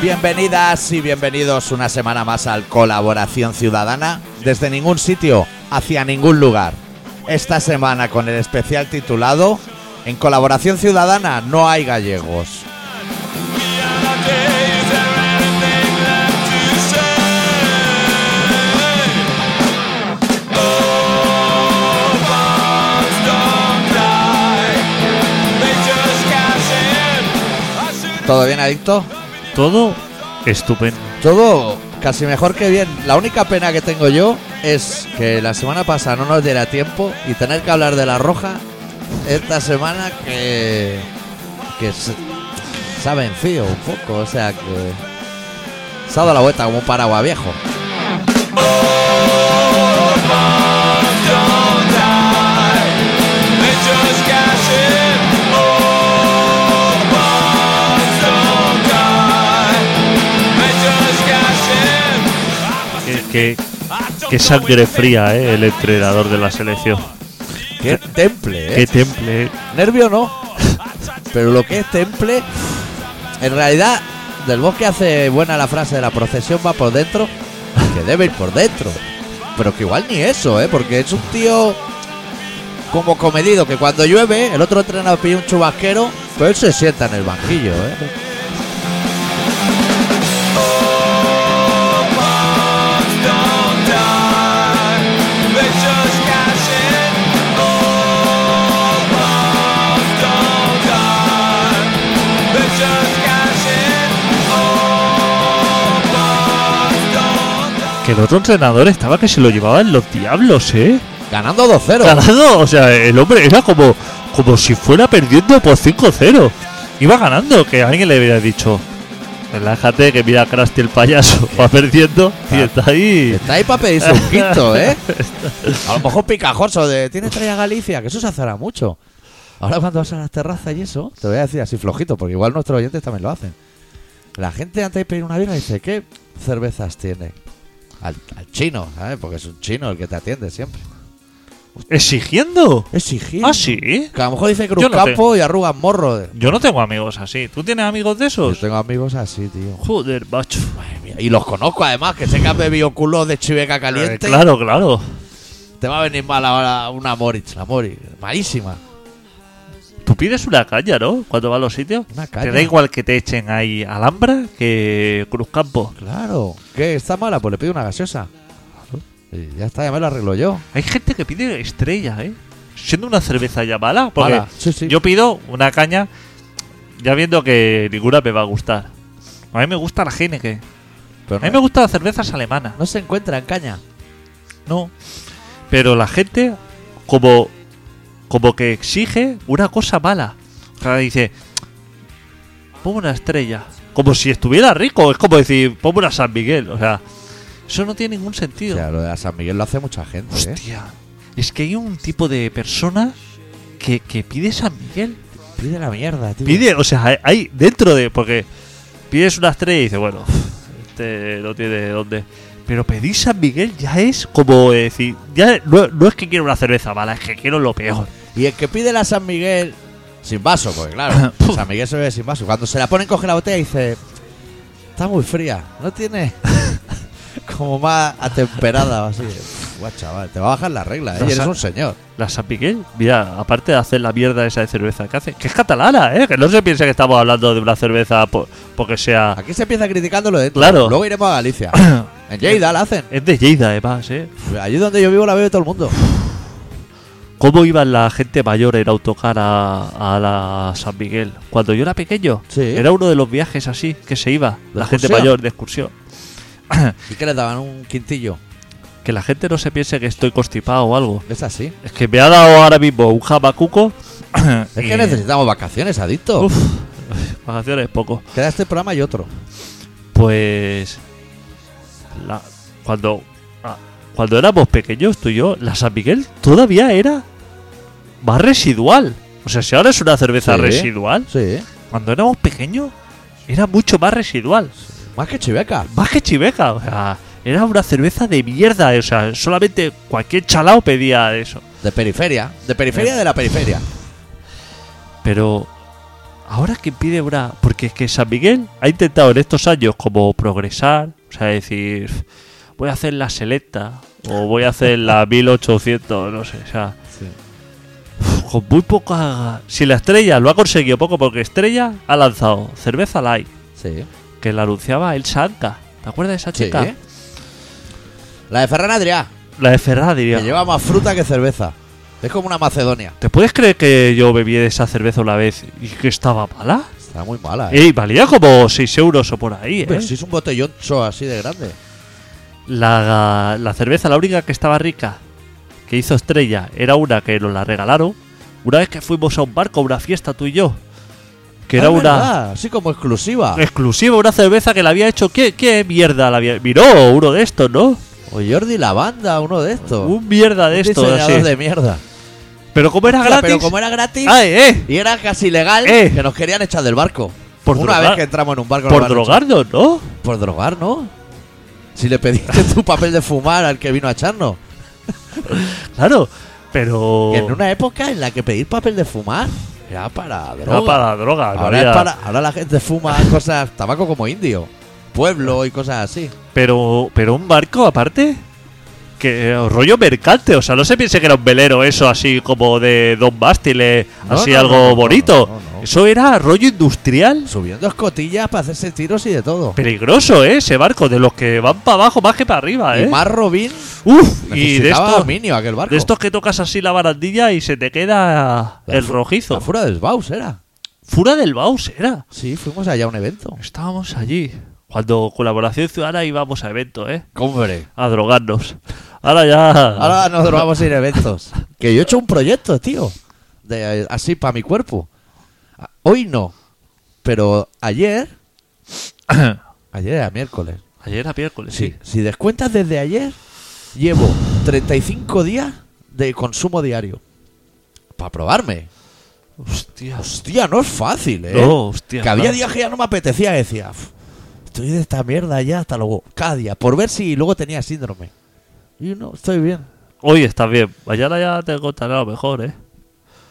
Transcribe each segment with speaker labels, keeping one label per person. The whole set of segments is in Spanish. Speaker 1: bienvenidas y bienvenidos una semana más al Colaboración Ciudadana, desde ningún sitio, hacia ningún lugar. Esta semana con el especial titulado En Colaboración Ciudadana no hay gallegos.
Speaker 2: Nowadays, there anything left to say? Oh, bombs don't die; they just cash in. I should
Speaker 1: ¿Todo bien, adicto?
Speaker 3: Todo estupendo.
Speaker 1: Todo casi mejor que bien. La única pena que tengo yo es que la semana pasada no nos diera tiempo y tener que hablar de la roja esta semana que. que se, se ha vencido un poco, o sea que. se ha dado la vuelta como un paraguas viejo.
Speaker 2: Oh, bombs don't die; they just cash in. Oh, bombs don't die; they just cash in.
Speaker 3: Qué, qué- qué sangre fría, ¿eh? El entrenador de la selección.
Speaker 1: Qué temple,
Speaker 3: Qué
Speaker 1: ¿eh?
Speaker 3: temple. ¿eh?
Speaker 1: Nervio no. Pero lo que es temple. En realidad, Del Bosque hace buena la frase de la procesión va por dentro, que debe ir por dentro. Pero que igual ni eso, ¿eh? Porque es un tío como comedido, que cuando llueve, el otro entrenador pide un chubasquero, pues él se sienta en el banquillo, ¿eh?
Speaker 2: Don't die, they just cash in. All bombs don't die, they just cash in. All bombs don't die.
Speaker 3: Que el otro entrenador estaba que se lo llevaban los diablos, ¿eh?
Speaker 1: Ganando 2-0.
Speaker 3: Ganando, o sea, el hombre era como, como si fuera perdiendo por 5-0. Iba ganando, que alguien le hubiera dicho, relájate, que mira a Krusty el payaso, va perdiendo y
Speaker 1: Ah.
Speaker 3: está ahí.
Speaker 1: Está ahí para pedirse un quinto, ¿eh? A lo mejor picajoso de tiene estrella Galicia, que eso se hace ahora mucho. Ahora cuando vas a las terrazas y eso, te voy a decir así flojito, porque igual nuestros oyentes también lo hacen. La gente antes de pedir una birra dice, ¿qué cervezas tiene? Al, al chino, ¿sabes? Porque es un chino el que te atiende siempre.
Speaker 3: ¿Exigiendo?
Speaker 1: Exigiendo.
Speaker 3: ¿Ah, sí?
Speaker 1: Que a lo mejor dice
Speaker 3: Yo
Speaker 1: Cruz
Speaker 3: no
Speaker 1: Campo y arrugas morro. de-
Speaker 3: Yo no tengo amigos así. ¿Tú tienes amigos de
Speaker 1: Yo
Speaker 3: esos?
Speaker 1: tengo amigos así, tío.
Speaker 3: Joder, macho.
Speaker 1: Y los conozco además, que se que han bebido culos de chiveca
Speaker 3: Eh,
Speaker 1: caliente.
Speaker 3: Claro, claro.
Speaker 1: Te va a venir mal ahora una Moritz, la Moritz. Malísima.
Speaker 3: Tú pides una caña, ¿no? Cuando vas a los sitios.
Speaker 1: Una
Speaker 3: Te
Speaker 1: caña.
Speaker 3: da igual que te echen ahí Alhambra que Cruzcampo.
Speaker 1: Claro. ¿Qué? ¿Está mala? Pues le pido una gaseosa. Y ya está, ya me lo arreglo yo.
Speaker 3: Hay gente que pide estrella, ¿eh? Siendo una cerveza ya mala. Porque
Speaker 1: Mala. Sí, sí.
Speaker 3: yo pido una caña ya viendo que ninguna me va a gustar. A mí me gusta la Heineken.
Speaker 1: Pero
Speaker 3: A mí
Speaker 1: no,
Speaker 3: me gustan las cervezas alemanas.
Speaker 1: no se encuentra en caña.
Speaker 3: No. Pero la gente como como que exige una cosa mala. O sea, dice, pongo una estrella. Como si estuviera rico. Es como decir, pongo una San Miguel. O sea, eso no tiene ningún
Speaker 1: O
Speaker 3: sentido.
Speaker 1: sea, lo de la San Miguel lo hace mucha gente, ¿eh?
Speaker 3: Hostia. Es que hay un tipo de persona que, que pide San Miguel.
Speaker 1: Pide la mierda, tío.
Speaker 3: Pide, o sea, hay- hay dentro de... Porque pides una estrella y dices, bueno, este no tiene dónde. Pero pedir San Miguel ya es como eh, decir, ya no, no es que quiero una cerveza mala, es que quiero lo peor.
Speaker 1: Y el que pide la San Miguel sin vaso, porque claro, San Miguel se bebe sin vaso. Cuando se la ponen, coge la botella y dice: Está muy fría, no tiene. Como más atemperada o así. Guau, chaval, te va a bajar la regla, ¿eh?
Speaker 3: La
Speaker 1: Y eres
Speaker 3: San-
Speaker 1: un señor.
Speaker 3: La San Miguel, mira, aparte de hacer la mierda esa de cerveza que hace, que es catalana, ¿eh? Que no se piense que estamos hablando de una cerveza po- porque sea...
Speaker 1: Aquí se empieza criticando lo de dentro.
Speaker 3: Claro.
Speaker 1: Luego iremos a Galicia. En Lleida la hacen.
Speaker 3: Es de Lleida, además, ¿eh?
Speaker 1: Allí donde yo vivo la bebe todo el mundo.
Speaker 3: ¿Cómo iba la gente mayor en autocar a, a la San Miguel? Cuando yo era pequeño,
Speaker 1: Sí.
Speaker 3: era uno de los viajes así que se iba,
Speaker 1: ¿De
Speaker 3: la gente
Speaker 1: excursión?
Speaker 3: mayor de excursión.
Speaker 1: ¿Y qué le daban? ¿Un quintillo?
Speaker 3: Que la gente no se piense que estoy constipado o algo.
Speaker 1: Es así.
Speaker 3: Es que me ha dado ahora mismo un jamacuco.
Speaker 1: Es que necesitamos vacaciones, adicto.
Speaker 3: Uf, vacaciones poco.
Speaker 1: Queda este programa y otro.
Speaker 3: Pues. la- cuando. ah, Cuando éramos pequeños, tú y yo, la San Miguel todavía era más residual. O sea, si ahora es una cerveza
Speaker 1: Sí.
Speaker 3: residual,
Speaker 1: Sí.
Speaker 3: cuando éramos pequeños era mucho más residual.
Speaker 1: Más que chiveca.
Speaker 3: Más que chiveca, o sea, era una cerveza de mierda. eh, O sea, solamente cualquier chalao pedía eso.
Speaker 1: De periferia. De periferia de la periferia.
Speaker 3: Pero Ahora que pide una. Porque es que San Miguel ha intentado en estos años como progresar. O sea, decir. Voy a hacer la selecta. O voy a hacer la 1800. No sé. O sea.
Speaker 1: Sí.
Speaker 3: Con muy poca. Si la estrella lo ha conseguido poco, porque estrella ha lanzado cerveza light.
Speaker 1: Sí.
Speaker 3: Que la anunciaba el Sanka. ¿Te acuerdas de esa
Speaker 1: Sí.
Speaker 3: chica?
Speaker 1: La de Ferran Adrià,
Speaker 3: La de Ferrari, diría.
Speaker 1: que lleva más fruta que cerveza. Es como una Macedonia.
Speaker 3: ¿Te puedes creer que yo bebí de esa cerveza una vez y que estaba mala?
Speaker 1: Está muy mala, ¿eh?
Speaker 3: Ey, valía como 6 euros o por ahí,
Speaker 1: Pero
Speaker 3: ¿eh?
Speaker 1: si es un botellón so así de grande.
Speaker 3: La, la cerveza, la única que estaba rica, que hizo Estrella, era una que nos la regalaron. Una vez que fuimos a un barco, a una fiesta tú y yo. Que
Speaker 1: Ah,
Speaker 3: era una Eh.
Speaker 1: ¿verdad? Así como exclusiva.
Speaker 3: exclusiva, una cerveza que la había hecho. ¿Qué, qué mierda la había Miró uno de estos, ¿no?
Speaker 1: O Jordi la banda, uno de estos.
Speaker 3: Un mierda de
Speaker 1: Un
Speaker 3: estos,
Speaker 1: diseñador
Speaker 3: así.
Speaker 1: de mierda.
Speaker 3: Pero como era
Speaker 1: Hostia,
Speaker 3: gratis.
Speaker 1: Pero como era gratis
Speaker 3: Ay, eh,
Speaker 1: y era casi legal,
Speaker 3: Eh.
Speaker 1: que nos querían echar del barco.
Speaker 3: Por
Speaker 1: Una
Speaker 3: drogar-
Speaker 1: vez que entramos en un barco, nos
Speaker 3: Por
Speaker 1: van a
Speaker 3: drogarnos, ¿no?
Speaker 1: echar- por drogar, ¿no? Si le pediste tu papel de fumar al que vino a echarnos.
Speaker 3: Claro, pero.
Speaker 1: Que
Speaker 3: Oh.
Speaker 1: En una época en la que pedir papel de fumar era para droga.
Speaker 3: Era para droga, no
Speaker 1: ahora, es
Speaker 3: había-
Speaker 1: para- ahora la gente fuma cosas, tabaco como indio, pueblo y cosas así.
Speaker 3: Pero, pero un barco aparte. Que eh, rollo mercante, o sea, no se piense que era un velero eso así como de dos mástiles,
Speaker 1: No,
Speaker 3: así
Speaker 1: no,
Speaker 3: algo
Speaker 1: no, no, no,
Speaker 3: bonito.
Speaker 1: no, no.
Speaker 3: Eso era rollo industrial.
Speaker 1: Subiendo escotillas para hacerse tiros y de todo.
Speaker 3: Peligroso, ¿eh? Ese barco, de los que van para abajo más que para arriba,
Speaker 1: Y
Speaker 3: ¿eh?
Speaker 1: más Robin
Speaker 3: Uf, y de
Speaker 1: necesitaba
Speaker 3: estos,
Speaker 1: dominio aquel barco.
Speaker 3: de estos que tocas así la barandilla y se te queda
Speaker 1: La
Speaker 3: el
Speaker 1: fu-
Speaker 3: rojizo.
Speaker 1: La fura del Baus era.
Speaker 3: Fura del Baus era.
Speaker 1: Sí, fuimos allá a un evento.
Speaker 3: Estábamos allí. Cuando Colaboración Ciudadana íbamos a eventos, ¿eh?
Speaker 1: Hombre.
Speaker 3: A drogarnos. Ahora ya.
Speaker 1: Ahora nos vamos a ir a eventos. Que yo he hecho un proyecto, tío. De, así para mi cuerpo. A- Hoy no. Pero ayer. Ayer era miércoles.
Speaker 3: Ayer era miércoles,
Speaker 1: Sí. Si descuentas desde ayer, llevo 35 días de consumo diario. Para probarme.
Speaker 3: Hostia.
Speaker 1: Hostia, no es fácil, ¿eh?
Speaker 3: No, hostia.
Speaker 1: que había
Speaker 3: claro.
Speaker 1: días que ya no me apetecía, decía. "Uf, Estoy de esta mierda ya hasta luego. Cada día, por ver si luego tenía síndrome. Y no, estoy bien.
Speaker 3: Hoy está bien. Mañana ya te contaré a lo mejor, ¿eh?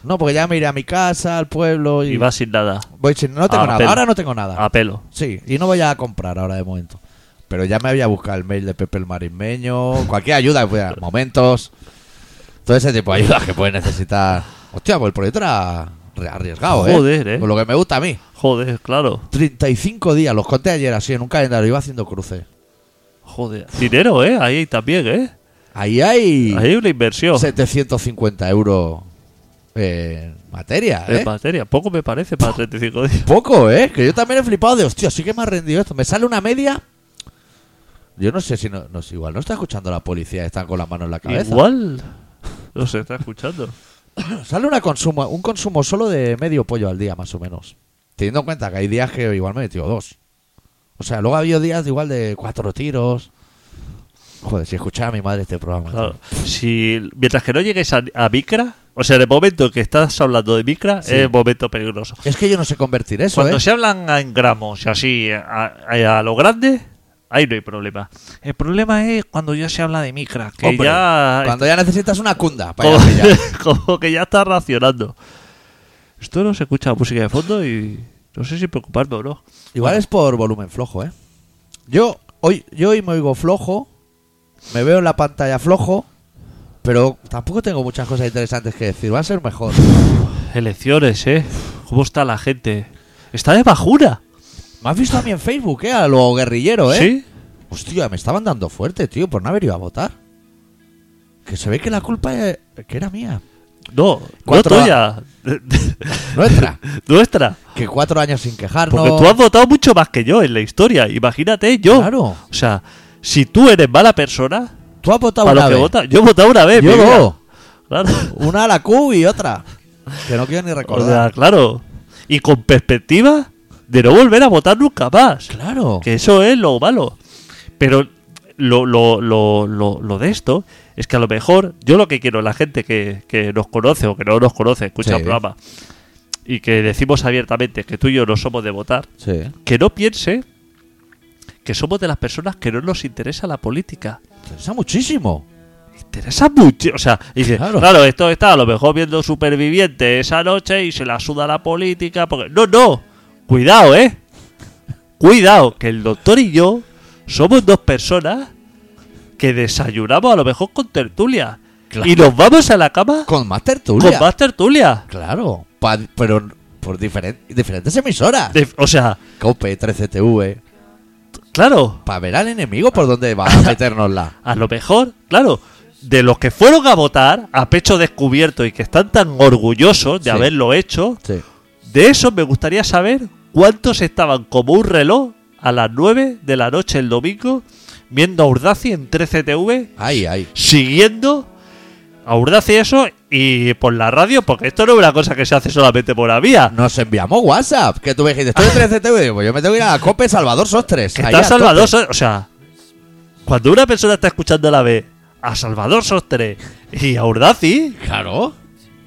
Speaker 1: No, porque ya me iré a mi casa, al pueblo y,
Speaker 3: Y vas sin nada.
Speaker 1: voy sin- no tengo
Speaker 3: a Ah.
Speaker 1: nada.
Speaker 3: pelo.
Speaker 1: Ahora no tengo nada.
Speaker 3: A pelo.
Speaker 1: Sí, y no voy a comprar ahora de momento. Pero ya me había buscado el mail de Pepe el Marismeño, cualquier ayuda, pues, a momentos, todo ese tipo de ayudas que puedes necesitar. Hostia, pues el proyecto era re- arriesgado, ¿eh?
Speaker 3: Joder, ¿eh?
Speaker 1: Con lo que me gusta a mí.
Speaker 3: Joder, claro.
Speaker 1: 35 días, los conté ayer así en un calendario, iba haciendo cruces.
Speaker 3: Joder. Dinero, ¿eh? Ahí también, ¿eh?
Speaker 1: Ahí hay
Speaker 3: Ahí oh. hay una inversión.
Speaker 1: 750 euros en materia,
Speaker 3: En
Speaker 1: ¿eh?
Speaker 3: materia. Poco me parece para 35 días.
Speaker 1: Poco, ¿eh? Que yo también he flipado de, hostia, sí que me ha rendido esto. Me sale una media. Yo no sé si no, no sé, igual no está escuchando la policía, están con las manos en la cabeza.
Speaker 3: Igual. No se está escuchando.
Speaker 1: Sale una consumo, un consumo solo de medio pollo al día, más o menos. Teniendo en cuenta que hay días que igual me he metido dos. O sea, luego ha habido días de igual de cuatro tiros. Joder, si escuchaba a mi madre este programa.
Speaker 3: Claro. Si, mientras que no llegues a, a Micra, o sea, en el momento que estás hablando de Micra,
Speaker 1: Sí.
Speaker 3: es el momento peligroso.
Speaker 1: Es que yo no sé convertir eso,
Speaker 3: Cuando
Speaker 1: ¿eh?
Speaker 3: se hablan en gramos y así a, a- a lo grande, ahí no hay problema. El problema es cuando ya se habla de micra, que
Speaker 1: Hombre,
Speaker 3: ya.
Speaker 1: Cuando ya necesitas una cunda para ir
Speaker 3: Oh.
Speaker 1: a pillar.
Speaker 3: como, como que ya está racionando. Esto no se escucha música de fondo y no sé si preocuparme o no.
Speaker 1: Igual es por volumen flojo, ¿eh? Yo hoy, yo hoy me oigo flojo, me veo en la pantalla flojo, pero tampoco tengo muchas cosas interesantes que decir. Va a ser mejor.
Speaker 3: Elecciones, ¿eh? ¿Cómo está la gente? Está de bajura.
Speaker 1: Me has visto a mí en Facebook, ¿eh? A lo guerrillero, ¿eh?
Speaker 3: ¿Sí?
Speaker 1: Hostia, me estaban dando fuerte, tío, por no haber ido a votar. Que se ve que la culpa eh, que era mía.
Speaker 3: No, no
Speaker 1: Cuatro-
Speaker 3: tuya.
Speaker 1: Nuestra.
Speaker 3: Nuestra.
Speaker 1: que cuatro años sin quejarnos.
Speaker 3: Porque tú has votado mucho más que yo en la historia. Imagínate yo.
Speaker 1: Claro.
Speaker 3: O sea, si tú eres mala persona,
Speaker 1: Tú has votado
Speaker 3: para
Speaker 1: una
Speaker 3: los que
Speaker 1: vez.
Speaker 3: votan. Yo he votado una vez.
Speaker 1: Yo
Speaker 3: mi vida.
Speaker 1: dos.
Speaker 3: Claro.
Speaker 1: Una a la Q y otra. Que no quiero ni
Speaker 3: O
Speaker 1: recordar.
Speaker 3: sea, claro. Y con perspectiva de no volver a votar nunca más.
Speaker 1: Claro.
Speaker 3: Que eso es lo malo. Pero lo, lo, lo, lo, lo de esto es que a lo mejor yo lo que quiero, la gente que, que nos conoce o que no nos conoce, escucha
Speaker 1: Sí.
Speaker 3: el programa y que decimos abiertamente que tú y yo no somos de votar,
Speaker 1: Sí,
Speaker 3: que no piense que somos de las personas que no nos interesa la política.
Speaker 1: interesa muchísimo.
Speaker 3: interesa mucho. O sea, dice,
Speaker 1: Claro.
Speaker 3: claro. esto está a lo mejor viendo superviviente esa noche y se la suda la política. Porque... No, no, cuidado, ¿eh? Cuidado, que el doctor y yo somos dos personas que desayunamos a lo mejor con tertulia.
Speaker 1: Claro.
Speaker 3: Y nos vamos a la cama
Speaker 1: Con más tertulia.
Speaker 3: con más tertulia.
Speaker 1: Claro. Pa- pero por diferen- diferentes emisoras.
Speaker 3: De- o sea,
Speaker 1: Cope, 13TV.
Speaker 3: claro,
Speaker 1: Para ver al enemigo por dónde va a metérnosla.
Speaker 3: a lo mejor, claro, de los que fueron a votar a pecho descubierto y que están tan orgullosos de
Speaker 1: Sí.
Speaker 3: haberlo hecho,
Speaker 1: Sí.
Speaker 3: De eso me gustaría saber cuántos estaban como un reloj a las 9 de la noche el domingo viendo a Urdaci en 13TV,
Speaker 1: Ay, ay.
Speaker 3: siguiendo a Urdaci eso y por la radio, porque esto no es una cosa que se hace solamente por la vía.
Speaker 1: Nos enviamos WhatsApp. Que tú me dijiste, estoy en 13TV. Digo, pues yo me tengo que ir a Cope Salvador Sostres.
Speaker 3: Que
Speaker 1: ahí
Speaker 3: está
Speaker 1: a
Speaker 3: Salvador,
Speaker 1: tope.
Speaker 3: Sos- o sea, cuando una persona está escuchando a la vez a Salvador Sostre y a Urdaci,
Speaker 1: Claro.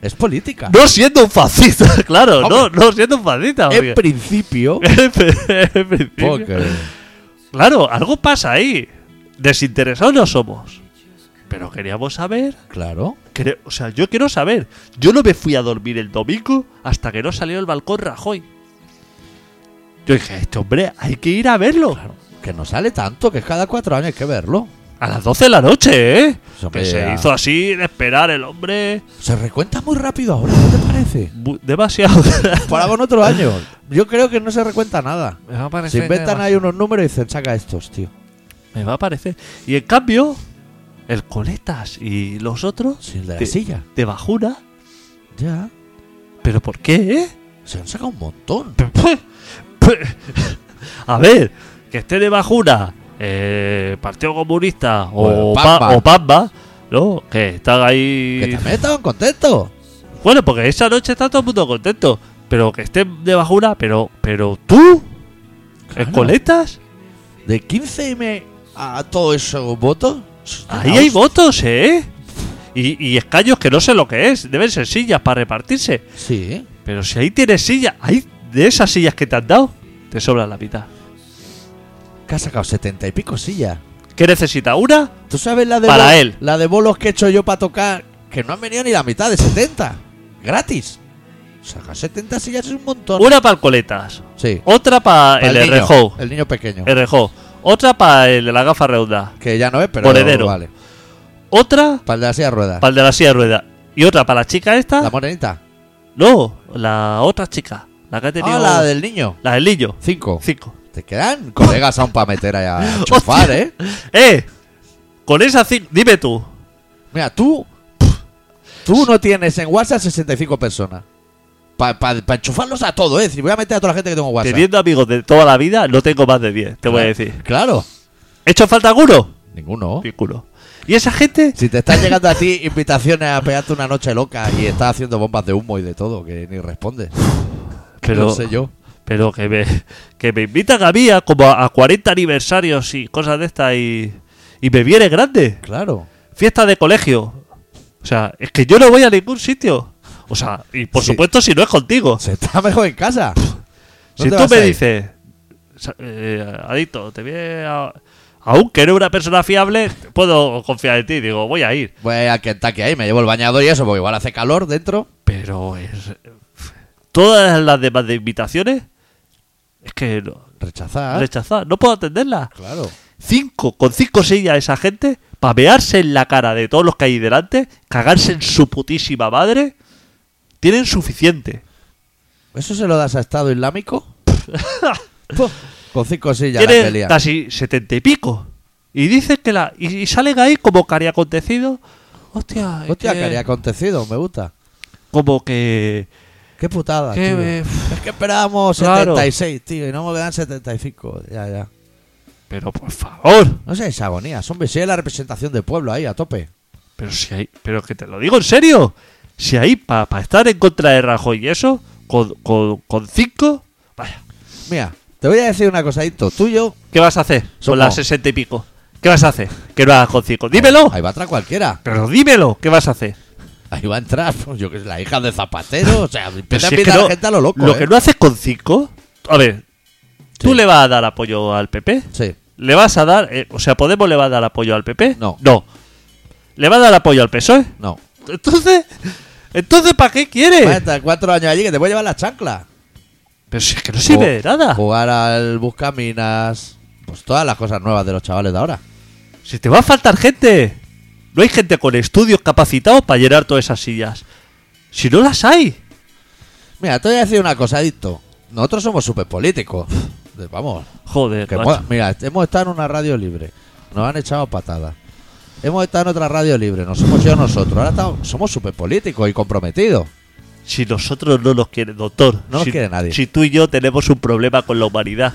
Speaker 1: Es política.
Speaker 3: no siendo un fascista, claro, no,
Speaker 1: Hombre.
Speaker 3: no siendo un fascista.
Speaker 1: en
Speaker 3: porque-
Speaker 1: principio.
Speaker 3: en principio.
Speaker 1: porque-
Speaker 3: Claro, algo pasa ahí. Desinteresados no somos. Pero queríamos saber.
Speaker 1: Claro.
Speaker 3: quere- o sea, yo quiero saber. Yo no me fui a dormir el domingo hasta que no salió el balcón Rajoy. Yo dije, este hombre, hay que ir a verlo.
Speaker 1: Que no sale tanto, que es cada cuatro años hay que verlo.
Speaker 3: A las 12 de la noche, ¿eh?
Speaker 1: Eso me
Speaker 3: que se
Speaker 1: llega.
Speaker 3: hizo así, de esperar el hombre.
Speaker 1: Se recuenta muy rápido ahora, ¿no te parece?
Speaker 3: mu- Demasiado.
Speaker 1: Para con otros años. Yo creo que no se recuenta nada.
Speaker 3: me va a
Speaker 1: Se
Speaker 3: parecer.
Speaker 1: inventan ahí unos números y dicen, saca estos, tío.
Speaker 3: Me va a parecer. Y en cambio, el Coletas y los otros
Speaker 1: Sin de la
Speaker 3: Sí.
Speaker 1: silla.
Speaker 3: de bajura.
Speaker 1: Ya.
Speaker 3: ¿Pero por qué, eh?
Speaker 1: Se han sacado un montón.
Speaker 3: Pe- pe- pe- A ver, que esté de bajuna eh, Partido Comunista o,
Speaker 1: Bueno,
Speaker 3: Pa-
Speaker 1: Pamba.
Speaker 3: o Pamba, ¿no? Que están ahí.
Speaker 1: Que también estaban contentos.
Speaker 3: Bueno, porque esa noche está todo el mundo contento. Pero que estén de bajuna, pero, pero tú,
Speaker 1: Claro.
Speaker 3: en coletas,
Speaker 1: De 15M a todos esos votos.
Speaker 3: ahí hay votos, ¿eh? Y, y escaños que no sé lo que es, deben ser sillas para repartirse.
Speaker 1: Sí.
Speaker 3: Pero si ahí tienes sillas, ahí de esas sillas que te han dado, te sobra la mitad.
Speaker 1: Que ha sacado 70 y pico sillas.
Speaker 3: ¿Qué necesita? ¿Una?
Speaker 1: ¿Tú sabes la de
Speaker 3: Para
Speaker 1: bol-
Speaker 3: él.
Speaker 1: La de bolos que he hecho yo para tocar, que no han venido ni la mitad de 70. Gratis. Sacar 70 sillas es un montón.
Speaker 3: Una para coletas,
Speaker 1: Sí.
Speaker 3: Otra para
Speaker 1: Para
Speaker 3: el,
Speaker 1: niño,
Speaker 3: RJO.
Speaker 1: El niño pequeño.
Speaker 3: RJO. Otra para el de la gafa redonda.
Speaker 1: que ya no es, pero
Speaker 3: Monedero.
Speaker 1: vale.
Speaker 3: Otra
Speaker 1: Para el de la silla de ruedas.
Speaker 3: para el de la silla de rueda. Y otra para la chica esta.
Speaker 1: La morenita.
Speaker 3: no, la otra chica. La que ha tenido.
Speaker 1: Ah, la del niño.
Speaker 3: la del niño.
Speaker 1: Cinco.
Speaker 3: Cinco.
Speaker 1: Te quedan colegas aún para meter allá a chufar,
Speaker 3: Hostia.
Speaker 1: ¿eh?
Speaker 3: ¡Eh! Con esas cinco. Dime tú.
Speaker 1: Mira, tú. pff, Tú no tienes en WhatsApp 65 personas. Para enchufarlos a todos, ¿eh? Es decir, voy a meter a toda la gente que tengo en WhatsApp.
Speaker 3: Teniendo amigos de toda la vida, no tengo más de 10, te voy a decir.
Speaker 1: Claro.
Speaker 3: ¿He hecho falta alguno?
Speaker 1: Ninguno.
Speaker 3: Ninguno. ¿Y esa gente?
Speaker 1: Si te están llegando a ti invitaciones a pegarte una noche loca y estás haciendo bombas de humo y de todo, que ni respondes.
Speaker 3: Pero,
Speaker 1: No sé yo.
Speaker 3: pero que me, que me invitan a mí a como a 40 aniversarios y cosas de estas y, y me viene grande.
Speaker 1: Claro.
Speaker 3: fiesta de colegio. O sea, es que yo no voy a ningún sitio. O sea, y por
Speaker 1: Sí.
Speaker 3: supuesto si no es contigo.
Speaker 1: Se está mejor en casa.
Speaker 3: Si
Speaker 1: ¿Dónde
Speaker 3: tú
Speaker 1: vas
Speaker 3: me
Speaker 1: a ir?
Speaker 3: dices, sa- eh, Adicto, te voy a... Aunque eres una persona fiable, puedo confiar en ti. Digo, voy a ir.
Speaker 1: Voy Pues a Kentucky ahí, me llevo el bañador y eso, porque igual hace calor dentro.
Speaker 3: Pero es... Todas las demás de invitaciones es que no,
Speaker 1: Rechazar.
Speaker 3: rechazar. No puedo atenderlas.
Speaker 1: claro.
Speaker 3: Cinco, con cinco sillas esa gente, pavearse en la cara de todos los que hay delante, cagarse en su putísima madre, tienen suficiente.
Speaker 1: ¿Eso se lo das a Estado Islámico? Puh, Con cinco sillas la que
Speaker 3: Tienen
Speaker 1: lían.
Speaker 3: casi setenta y pico. Y dicen que la. Y, y salen ahí como cari acontecido. Hostia, es
Speaker 1: Hostia,
Speaker 3: que-
Speaker 1: que haría acontecido, me gusta.
Speaker 3: Como que.
Speaker 1: Qué putada,
Speaker 3: que
Speaker 1: Ah, tío.
Speaker 3: me-
Speaker 1: Es que esperábamos
Speaker 3: Claro.
Speaker 1: 76, tío, y no me quedan 75. Ya, ya.
Speaker 3: Pero por favor.
Speaker 1: No sé, es agonía. Son si es la representación del pueblo ahí, a tope.
Speaker 3: Pero si hay. Pero que te lo digo en serio. Si ahí, para estar en contra de Rajoy y eso, con, con, con cinco. Vaya.
Speaker 1: Mira, te voy a decir una cosadito. Tú y yo.
Speaker 3: ¿Qué vas a hacer
Speaker 1: Somos-
Speaker 3: con las sesenta y pico? ¿Qué vas a hacer? Que no hagas con cinco. ¡Dímelo!
Speaker 1: Ahí va a entrar cualquiera.
Speaker 3: Pero dímelo, ¿qué vas a hacer?
Speaker 1: Ahí va a entrar, pues, yo que sé, la hija de Zapatero. O sea,
Speaker 3: Pero
Speaker 1: empieza
Speaker 3: Pues si
Speaker 1: a
Speaker 3: es que
Speaker 1: invitar a
Speaker 3: no-
Speaker 1: la gente a lo loco.
Speaker 3: Lo
Speaker 1: ¿eh?
Speaker 3: que no haces con cinco. A ver, ¿tú
Speaker 1: Sí.
Speaker 3: le vas a dar apoyo al PP?
Speaker 1: Sí.
Speaker 3: ¿Le vas a dar, eh, o sea, Podemos le va a dar apoyo al PP?
Speaker 1: No.
Speaker 3: No. ¿Le va a dar apoyo al PSOE?
Speaker 1: No.
Speaker 3: E? Entonces, entonces ¿para qué quiere?
Speaker 1: Vas a estar cuatro años allí que te voy a llevar las chanclas.
Speaker 3: Pero si es que no sirve de
Speaker 1: Ju-
Speaker 3: nada.
Speaker 1: Jugar al Buscaminas. Pues todas las cosas nuevas de los chavales de ahora.
Speaker 3: Si te va a faltar gente. No hay gente con estudios capacitados para llenar todas esas sillas. Si no las hay.
Speaker 1: Mira, te voy a decir una cosa, Adicto. Nosotros somos súper políticos. Vamos.
Speaker 3: Joder,
Speaker 1: Que
Speaker 3: macho.
Speaker 1: hemos- mira, hemos estado en una radio libre. Nos han echado patadas. Hemos estado en otra radio libre. Nos hemos ido nosotros. Ahora estamos, somos súper políticos y comprometidos.
Speaker 3: Si nosotros no nos quiere, doctor.
Speaker 1: No nos
Speaker 3: Si-
Speaker 1: quiere nadie.
Speaker 3: Si tú y yo tenemos un problema con la humanidad.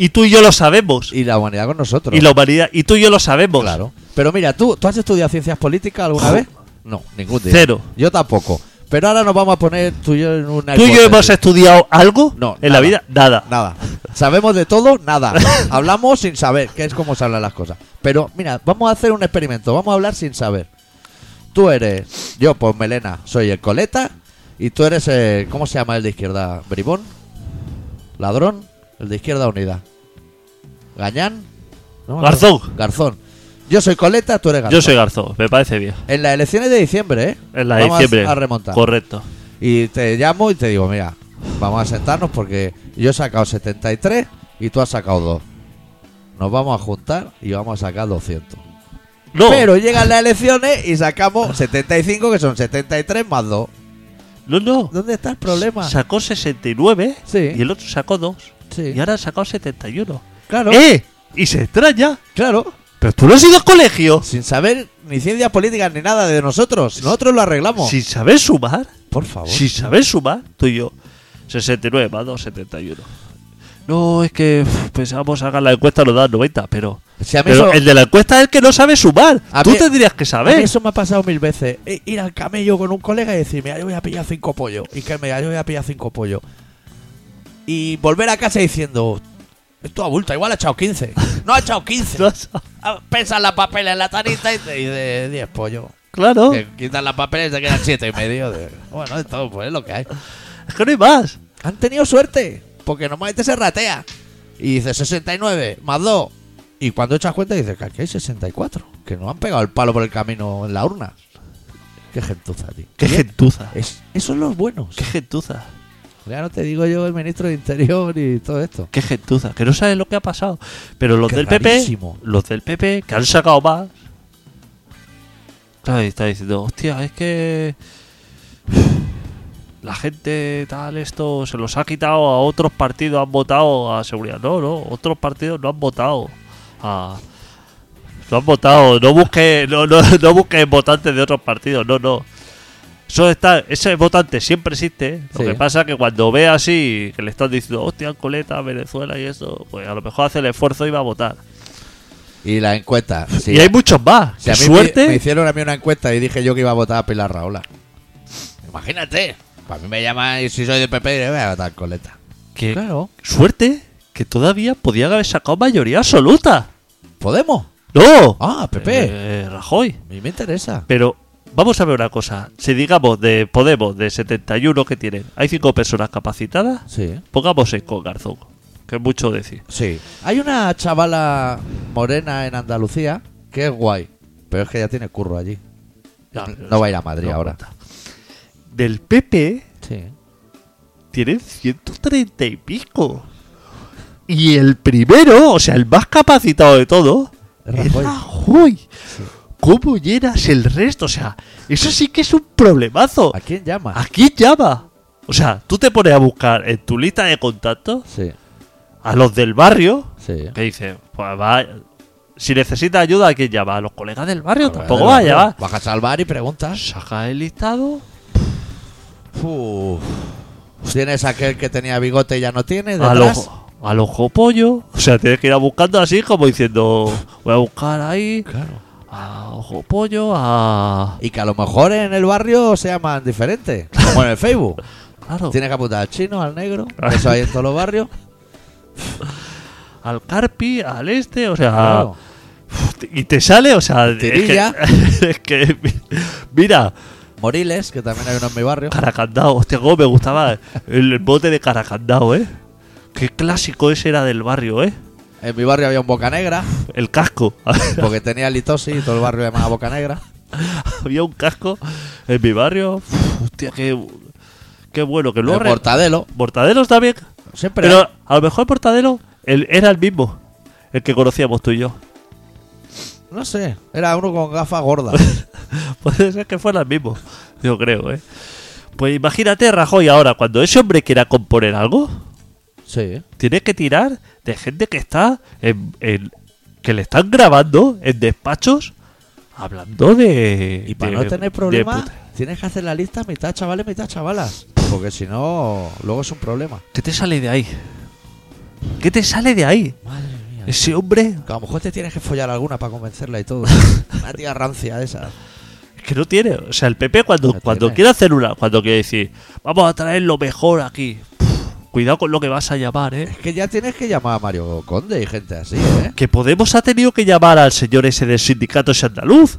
Speaker 3: Y tú y yo lo sabemos. Y,
Speaker 1: Y la humanidad con nosotros.
Speaker 3: la humanidad. Y tú y yo lo sabemos.
Speaker 1: Claro. Pero mira, ¿tú, ¿tú has estudiado ciencias políticas alguna vez? No, ningún día.
Speaker 3: Cero.
Speaker 1: Yo tampoco. Pero ahora nos vamos a poner tú y yo en una.
Speaker 3: ¿Tú y yo
Speaker 1: hipótesis.
Speaker 3: hemos estudiado algo
Speaker 1: No,
Speaker 3: en
Speaker 1: nada.
Speaker 3: la vida? Nada.
Speaker 1: Nada. Sabemos de todo, nada. Hablamos sin saber, que es como se hablan las cosas. Pero mira, vamos a hacer un experimento. Vamos a hablar sin saber. Tú eres, yo pues Melena, soy el coleta. Y tú eres, eh, ¿cómo se llama el de izquierda? ¿Bribón? ¿Ladrón? El de izquierda unida. ¿Gañán? No me acuerdo.
Speaker 3: Garzón.
Speaker 1: Garzón. Yo soy coleta, tú eres garzón.
Speaker 3: Yo soy Garzón. Me parece bien.
Speaker 1: En las elecciones de diciembre, ¿eh?
Speaker 3: En la de
Speaker 1: Vamos a-
Speaker 3: diciembre.
Speaker 1: A remontar.
Speaker 3: Correcto.
Speaker 1: Y te llamo y te digo, mira, vamos a sentarnos porque yo he sacado 73 y tú has sacado 2. Nos vamos a juntar y vamos a sacar 200.
Speaker 3: No,
Speaker 1: Pero llegan las elecciones y sacamos 75, que son 73 más 2.
Speaker 3: no, no.
Speaker 1: ¿Dónde está el problema?
Speaker 3: Sacó 69
Speaker 1: Sí.
Speaker 3: y el otro sacó 2.
Speaker 1: Sí.
Speaker 3: Y ahora han sacado 71.
Speaker 1: Claro,
Speaker 3: ¡Eh! Y se extraña.
Speaker 1: claro.
Speaker 3: Pero tú no has ido al colegio.
Speaker 1: Sin saber ni ciencias políticas ni nada de nosotros. Nosotros lo arreglamos.
Speaker 3: Sin saber sumar.
Speaker 1: Por favor.
Speaker 3: Sin saber sumar, tú y yo. 69 más 2, 71. No, es que uf, pensábamos hagan la encuesta, nos dan 90, pero.
Speaker 1: Si a mí
Speaker 3: pero
Speaker 1: eso-
Speaker 3: el de la encuesta es el que no sabe sumar.
Speaker 1: A
Speaker 3: Tú
Speaker 1: mí-
Speaker 3: tendrías que
Speaker 1: A mí
Speaker 3: saber.
Speaker 1: eso me ha pasado mil veces. I- Ir al camello con un colega y decir, mira, yo voy a pillar cinco pollos. Y que mira, yo voy a pillar cinco pollos. Y volver a casa diciendo, esto abulta, igual ha echado 15. No ha echado 15. Ah, Pesan las papeles en la tarita y te dice 10 pollos.
Speaker 3: claro.
Speaker 1: Que quitan las papeles y te quedan siete y medio. De- Bueno, esto pues es lo que hay.
Speaker 3: Es que no hay más.
Speaker 1: Han tenido suerte, porque normalmente se ratea. Y dice 69 más 2. Y cuando echas cuenta dices que aquí hay 64. Que no han pegado el palo por el camino en la urna. Qué gentuza, tío.
Speaker 3: Qué gentuza.
Speaker 1: Es, esos son los buenos.
Speaker 3: Qué gentuza.
Speaker 1: Ya no te digo yo el ministro de Interior y todo esto.
Speaker 3: Qué gentuza. Que no sabes lo que ha pasado. Pero los
Speaker 1: Qué
Speaker 3: del
Speaker 1: rarísimo.
Speaker 3: PP. Los del PP que han sacado más. Claro, y está diciendo, hostia, es que. La gente tal, esto se los ha quitado a otros partidos, han votado a seguridad. No, no, otros partidos no han votado a. No Ah. han votado, no busques no, no, no busques votantes de otros partidos, no, no. Eso está, ese votante siempre existe. ¿eh? Lo
Speaker 1: Sí.
Speaker 3: que pasa que cuando ve así, que le están diciendo, hostia, coleta, Venezuela y eso, pues a lo mejor hace el esfuerzo y va a votar.
Speaker 1: Y la encuesta. Si,
Speaker 3: y hay muchos más.
Speaker 1: si
Speaker 3: Qué
Speaker 1: a mí
Speaker 3: suerte.
Speaker 1: Me, me hicieron a mí una encuesta y dije yo que iba a votar a Pilar Raola. Imagínate. Para mí me llaman y si soy del PP diré, voy a votar coleta.
Speaker 3: que-
Speaker 1: Claro.
Speaker 3: Suerte que todavía podían haber sacado mayoría absoluta.
Speaker 1: ¿Podemos?
Speaker 3: ¡No!
Speaker 1: Ah, Pepe.
Speaker 3: Eh, Rajoy.
Speaker 1: A mí me interesa.
Speaker 3: Pero vamos a ver una cosa. Si digamos de Podemos, de 71 que tienen, hay cinco personas capacitadas,
Speaker 1: Sí. ¿eh?
Speaker 3: pongamos seis con Garzón, que es mucho decir.
Speaker 1: Sí. Hay una chavala morena en Andalucía que es guay, pero es que ya tiene curro allí.
Speaker 3: Ya, pero
Speaker 1: No va a ir a Madrid
Speaker 3: no
Speaker 1: ahora.
Speaker 3: cuenta. Del PP
Speaker 1: Sí.
Speaker 3: tienen 130 y pico. Y el primero, o sea, el más capacitado de todo,
Speaker 1: Es
Speaker 3: es
Speaker 1: Rajoy.
Speaker 3: Rajoy. ¿Cómo llenas el resto? O sea, eso sí que es un problemazo.
Speaker 1: ¿A quién llama?
Speaker 3: ¿A quién llama? O sea, tú te pones a buscar en tu lista de contactos
Speaker 1: Sí,
Speaker 3: a los del barrio
Speaker 1: sí.
Speaker 3: que dice, pues va, si necesita ayuda, ¿a quién llama? A los colegas del barrio, tampoco
Speaker 1: Del
Speaker 3: va a
Speaker 1: barrio.
Speaker 3: llamar.
Speaker 1: Bajas al bar y preguntas.
Speaker 3: Saca el listado.
Speaker 1: Uf. Tienes aquel que tenía bigote y ya no tiene.
Speaker 3: A
Speaker 1: Detrás?
Speaker 3: los al ojo pollo. O sea, tienes que ir a buscando así, como diciendo, voy a buscar ahí.
Speaker 1: Claro.
Speaker 3: A ojo pollo, a.
Speaker 1: Y que a lo mejor en el barrio se llaman diferente. Como en el Facebook.
Speaker 3: Claro,
Speaker 1: Tienes que apuntar al chino, al negro.
Speaker 3: Ah.
Speaker 1: Eso hay en todos los barrios.
Speaker 3: al carpi, al este, o sea.
Speaker 1: Claro.
Speaker 3: Y te sale, o sea. es que-
Speaker 1: Tirilla.
Speaker 3: Es que. mira,
Speaker 1: Moriles, que también hay uno en mi barrio.
Speaker 3: Caracandao. Hostia, cómo me gustaba el bote de Caracandao, ¿eh? Qué clásico ese era del barrio, ¿eh?
Speaker 1: En mi barrio había un boca negra.
Speaker 3: El casco.
Speaker 1: Porque tenía litosis y todo el barrio le llamaba Boca Negra.
Speaker 3: Había un casco en mi barrio. Uf, hostia, qué, qué bueno. Que luego.
Speaker 1: El
Speaker 3: re-
Speaker 1: mortadelo.
Speaker 3: Mortadelos también.
Speaker 1: Siempre.
Speaker 3: Pero, a lo mejor Mortadelo el- era el mismo. El que conocíamos tú y yo.
Speaker 1: hay- no sé. Era uno con gafas gordas.
Speaker 3: Puede ser que fuera el mismo. Yo creo, ¿eh? Pues imagínate Rajoy ahora. Cuando ese hombre quiera componer algo,
Speaker 1: sí.
Speaker 3: tiene que tirar de gente que está en, en- que le están grabando en despachos hablando de
Speaker 1: Y para
Speaker 3: de-
Speaker 1: no tener
Speaker 3: de
Speaker 1: problemas,
Speaker 3: puta-
Speaker 1: tienes que hacer la lista mitad chavales, mitad chavalas. Porque si no, luego es un problema.
Speaker 3: ¿Qué te sale de ahí? ¿Qué te sale de ahí?
Speaker 1: Madre mía.
Speaker 3: Ese hombre
Speaker 1: Que a lo mejor te tienes que follar alguna para convencerla y todo. Una tía rancia esa.
Speaker 3: que no tiene, o sea, el PP cuando
Speaker 1: No
Speaker 3: cuando
Speaker 1: tiene.
Speaker 3: quiere hacer una, cuando quiere decir, vamos a traer lo mejor aquí. Puf, cuidado con lo que vas a llamar, ¿eh?
Speaker 1: Es que ya tienes que llamar a Mario Conde y gente así, ¿eh?
Speaker 3: Que Podemos ha tenido que llamar al señor ese del sindicato ese andaluz,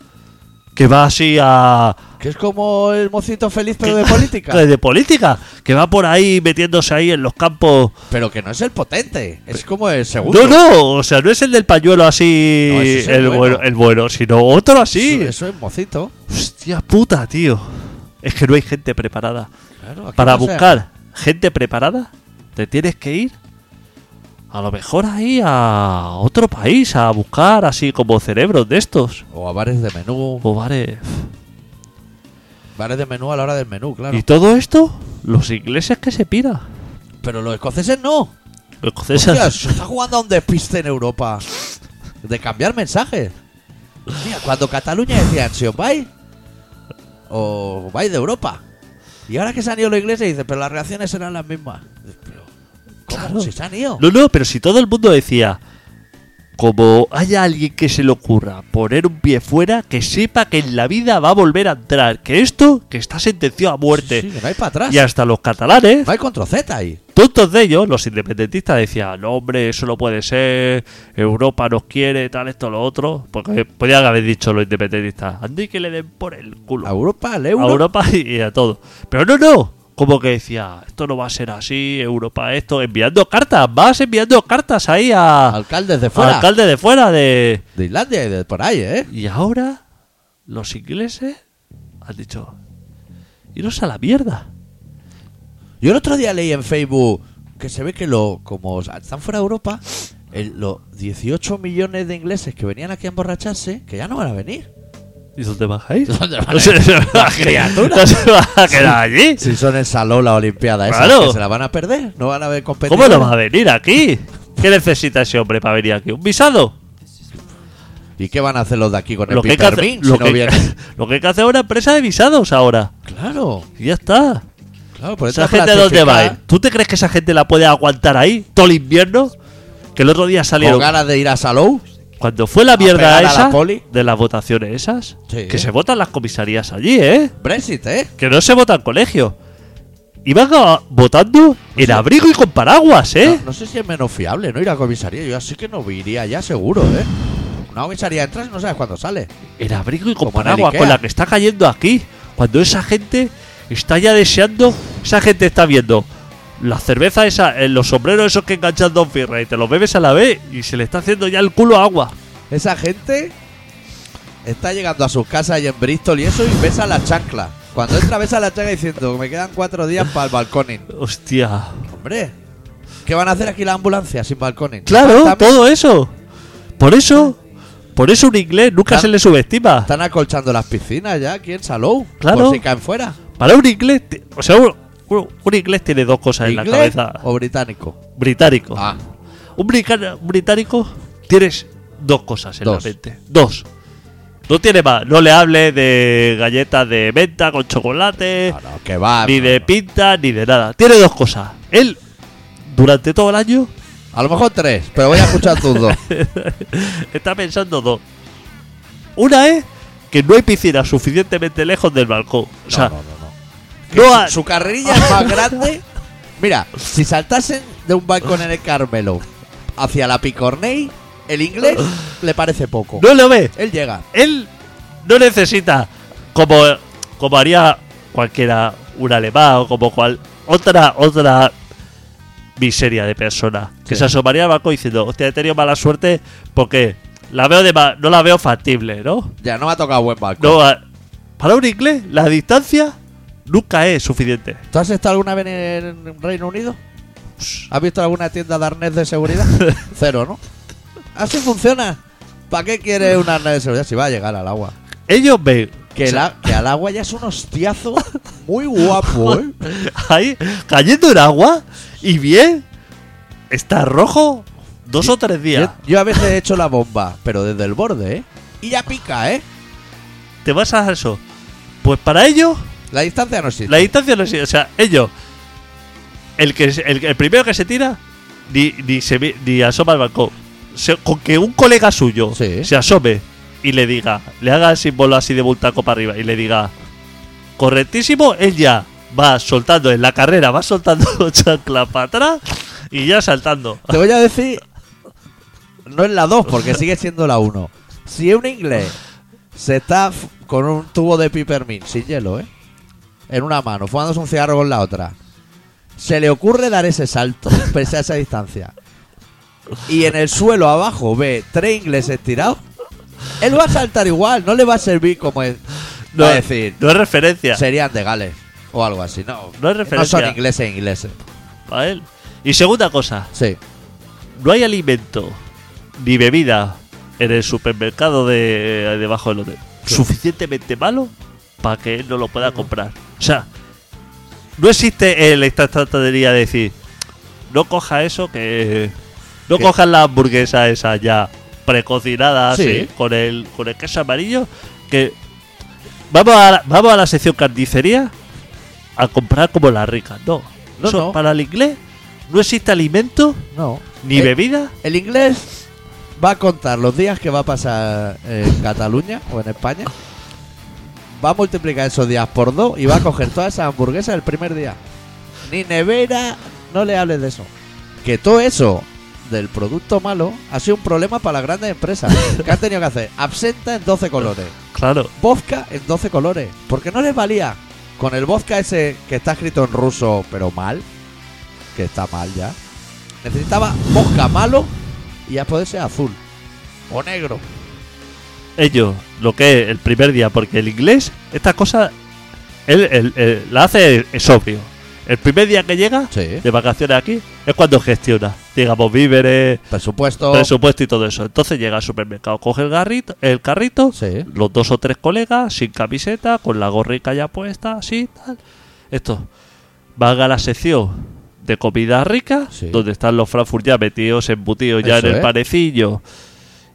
Speaker 3: que va así a,
Speaker 1: Que es como el mocito feliz pero de política.
Speaker 3: de política, que va por ahí metiéndose ahí en los campos.
Speaker 1: Pero que no es el potente. Es como el segundo.
Speaker 3: No, no, o sea, no es el del pañuelo así,
Speaker 1: No, ese es el
Speaker 3: el,
Speaker 1: bueno.
Speaker 3: bueno, el bueno, sino otro así.
Speaker 1: Eso, eso es mocito.
Speaker 3: Hostia puta, tío. Es que no hay gente preparada.
Speaker 1: Claro, aquí
Speaker 3: Para
Speaker 1: no se-
Speaker 3: buscar gente preparada, te tienes que ir a lo mejor ahí a otro país, a buscar así como cerebros de estos.
Speaker 1: O a bares de menú.
Speaker 3: O bares.
Speaker 1: Bares de menú a la hora del menú, claro.
Speaker 3: Y todo esto, los ingleses que se pira.
Speaker 1: Pero los escoceses no.
Speaker 3: Los escoceses-
Speaker 1: Hostia, se está jugando a un despiste en Europa. De cambiar mensajes. Mira, cuando Cataluña decían, si os vais, o vais de Europa. Y ahora que se han ido los ingleses, dicen, pero las reacciones serán las mismas. Pero, ¿cómo?
Speaker 3: Claro.
Speaker 1: Si se han ido.
Speaker 3: No, no, pero si todo el mundo decía, como haya alguien que se le ocurra poner un pie fuera, que sepa que en la vida va a volver a entrar, que esto, que está sentenciado a muerte.
Speaker 1: Sí, sí, que no hay para atrás.
Speaker 3: Y hasta los catalanes,
Speaker 1: No hay control Z ahí.
Speaker 3: tontos de ellos, los independentistas decían, no hombre, eso no puede ser, Europa nos quiere, tal, esto, lo otro. Porque podían haber dicho los independentistas, Andy que le den por el culo
Speaker 1: A Europa, al
Speaker 3: a
Speaker 1: euro.
Speaker 3: Europa y y a todo. Pero no, no. Como que decía, esto no va a ser así, Europa esto, enviando cartas, vas enviando cartas ahí a,
Speaker 1: Alcaldes de
Speaker 3: al
Speaker 1: fuera.
Speaker 3: alcalde de fuera de...
Speaker 1: de Islandia y de por ahí, ¿eh?
Speaker 3: Y ahora los ingleses han dicho, iros a la mierda.
Speaker 1: Yo el otro día leí en Facebook que se ve que lo, como están fuera de Europa, el- los 18 millones de ingleses que venían aquí a emborracharse, que ya no van a venir.
Speaker 3: ¿Y dónde vas a ir?
Speaker 1: ¿Dónde van a
Speaker 3: no se,
Speaker 1: ir?
Speaker 3: se va a
Speaker 1: Las
Speaker 3: quedar-
Speaker 1: criaturas.
Speaker 3: no se va a quedar allí.
Speaker 1: Si son el salón, la Olimpiada, esa,
Speaker 3: Claro.
Speaker 1: que se la van a perder, no van a haber competir.
Speaker 3: ¿Cómo no va a venir aquí? ¿Qué necesita ese hombre para venir aquí? ¿Un visado?
Speaker 1: ¿Y qué van a hacer los de aquí con
Speaker 3: Lo
Speaker 1: el
Speaker 3: que, hay que
Speaker 1: Peter
Speaker 3: hacer-
Speaker 1: Bean si
Speaker 3: lo
Speaker 1: no
Speaker 3: que-
Speaker 1: vienen?
Speaker 3: lo que hay que hacer es una empresa de visados ahora.
Speaker 1: Claro,
Speaker 3: Y ya está.
Speaker 1: claro, por
Speaker 3: ¿Esa
Speaker 1: eso
Speaker 3: gente dónde va? a ir? ¿Tú te crees que esa gente la puede aguantar ahí todo el invierno? Que el otro día
Speaker 1: ¿Con
Speaker 3: salieron.
Speaker 1: ganas de ir a Salou?
Speaker 3: Cuando fue la
Speaker 1: pegar
Speaker 3: mierda
Speaker 1: a la
Speaker 3: esa
Speaker 1: poli?
Speaker 3: de las votaciones esas,
Speaker 1: Sí.
Speaker 3: que se votan las comisarías allí, ¿eh?
Speaker 1: Brexit, ¿eh?
Speaker 3: Que no se votan colegios. Iban a- votando
Speaker 1: Pues
Speaker 3: en abrigo y con paraguas, ¿eh?
Speaker 1: No, no sé si es menos fiable no ir a comisaría. Yo así que no iría ya seguro, ¿eh? Una comisaría entras y no sabes cuándo sale.
Speaker 3: En abrigo y con
Speaker 1: Como en el
Speaker 3: paraguas,
Speaker 1: Ikea.
Speaker 3: con la que está cayendo aquí. Cuando esa gente está ya deseando, esa gente está viendo la cerveza esa, eh, los sombreros esos que enganchan Don Firra y te los bebes a la vez y se le está haciendo ya el culo agua.
Speaker 1: Esa gente está llegando a sus casas y en Bristol y eso y besa la chancla. Cuando entra besa la chancla diciendo me quedan cuatro días para el balconing.
Speaker 3: Hostia.
Speaker 1: Hombre, ¿qué van a hacer aquí la ambulancia sin balconing?
Speaker 3: Claro,
Speaker 1: Están-
Speaker 3: todo eso. Por eso, por eso un inglés nunca
Speaker 1: Claro.
Speaker 3: se le subestima.
Speaker 1: Están acolchando las piscinas ya aquí en Salou.
Speaker 3: Claro.
Speaker 1: Por si caen fuera.
Speaker 3: Para un inglés, ti- o sea, un, un- un inglés tiene dos cosas en la
Speaker 1: ¿Inglés
Speaker 3: cabeza.
Speaker 1: o británico?
Speaker 3: Británico.
Speaker 1: Ah,
Speaker 3: Un, brica- un británico tienes dos cosas en
Speaker 1: Dos.
Speaker 3: la mente. Dos. No tiene más. No le hable de galletas de menta con chocolate,
Speaker 1: Ah, no, no, que va.
Speaker 3: ni
Speaker 1: no,
Speaker 3: de
Speaker 1: no.
Speaker 3: pinta, ni de nada. Tiene dos cosas. Él, durante todo el año,
Speaker 1: A lo mejor tres, pero voy a escuchar tus dos.
Speaker 3: Está pensando dos. Una es que no hay piscina suficientemente lejos del balcón. O sea,
Speaker 1: no, no, no, no.
Speaker 3: no ha-
Speaker 1: Su carrerilla es más grande. Mira, si saltasen de un balcón en el Carmelo hacia la Picorney, el inglés le parece poco.
Speaker 3: no lo ve.
Speaker 1: Él llega.
Speaker 3: Él no necesita, como, como haría cualquiera, un alemán o como cual, otra, otra miseria de persona. Que
Speaker 1: Sí.
Speaker 3: se asomaría al balcón diciendo, hostia, he tenido mala suerte porque La veo de ma- no la veo factible, ¿no?
Speaker 1: Ya no me ha tocado buen balcón.
Speaker 3: No, a- para un inglés, la distancia nunca es suficiente.
Speaker 1: ¿Tú has estado alguna vez en Reino Unido? ¿Has visto alguna tienda de arnés de seguridad? Cero, ¿no? Así funciona. ¿Para qué quiere un arnés de seguridad si va a llegar al agua?
Speaker 3: Ellos ven
Speaker 1: Que,
Speaker 3: o sea,
Speaker 1: la- que al agua ya es un hostiazo muy guapo, ¿eh?
Speaker 3: ahí cayendo en agua y bien está rojo dos o tres
Speaker 1: Yo,
Speaker 3: días.
Speaker 1: yo a veces he hecho la bomba, pero desde el borde, ¿eh? Y ya pica, ¿eh?
Speaker 3: Te vas a eso. Pues para ellos
Speaker 1: La distancia no existe.
Speaker 3: la distancia no es, o sea, ellos el que se- el, el primero que se tira ni, ni se ve- ni asoma al balcón. Se- con que un colega suyo
Speaker 1: Sí.
Speaker 3: se asome y le diga, le haga el símbolo así de bultaco para arriba y le diga correctísimo, él ya va soltando en la carrera, va soltando chancla para atrás y ya saltando.
Speaker 1: Te voy a decir. No es la 2, porque sigue siendo la 1. Si un inglés se está f- con un tubo de peppermint sin hielo, ¿eh? En una mano, fumándose un cigarro con la otra. Se le ocurre dar ese salto, pese a esa distancia. Y en el suelo abajo ve tres ingleses tirados. Él va a saltar igual, no le va a servir como es. No,
Speaker 3: es
Speaker 1: decir,
Speaker 3: Ah, No es referencia
Speaker 1: serían de Gales o algo así, no.
Speaker 3: No es
Speaker 1: no
Speaker 3: referencia.
Speaker 1: son ingleses ingleses.
Speaker 3: para él. Y segunda cosa,
Speaker 1: Sí.
Speaker 3: no hay alimento ni bebida en el supermercado de eh, debajo del hotel suficientemente malo para que él no lo pueda comprar. O sea, no existe el esta estantería de decir no coja eso que no
Speaker 1: Que-
Speaker 3: cojas la hamburguesa esa ya precocinada
Speaker 1: Sí.
Speaker 3: así, con el con el queso amarillo que vamos a la, vamos a la sección carnicería a comprar como las ricas. No,
Speaker 1: No,
Speaker 3: Eso,
Speaker 1: no.
Speaker 3: para el inglés no existe alimento
Speaker 1: No.
Speaker 3: ni
Speaker 1: Eh,
Speaker 3: bebida
Speaker 1: El inglés va a contar los días que va a pasar en Cataluña o en España. Va a multiplicar esos días por dos y va a coger todas esas hamburguesas el primer día. Ni nevera, no le hables de eso. Que todo eso del producto malo ha sido un problema para las grandes empresas. que han tenido que hacer absenta en 12 colores,
Speaker 3: Claro,
Speaker 1: vodka en 12 colores. Porque no les valía con el vodka ese que está escrito en ruso, pero mal. Que está mal ya. Necesitaba vodka malo y a poder ser azul. O negro.
Speaker 3: ellos, lo que es el primer día, porque el inglés, esta cosa, él, él- él la hace sobrio. El primer día que llega
Speaker 1: Sí.
Speaker 3: de vacaciones aquí es cuando gestiona, digamos, víveres,
Speaker 1: Presupuesto.
Speaker 3: presupuesto y todo eso. Entonces llega al supermercado, coge el, garrito, el carrito,
Speaker 1: Sí.
Speaker 3: los dos o tres colegas, sin camiseta, con la gorrica ya puesta, así, tal. Esto, van a la sección de comida rica,
Speaker 1: Sí.
Speaker 3: donde están los Frankfurt ya metidos, embutidos ya
Speaker 1: Eso
Speaker 3: en el
Speaker 1: es.
Speaker 3: panecillo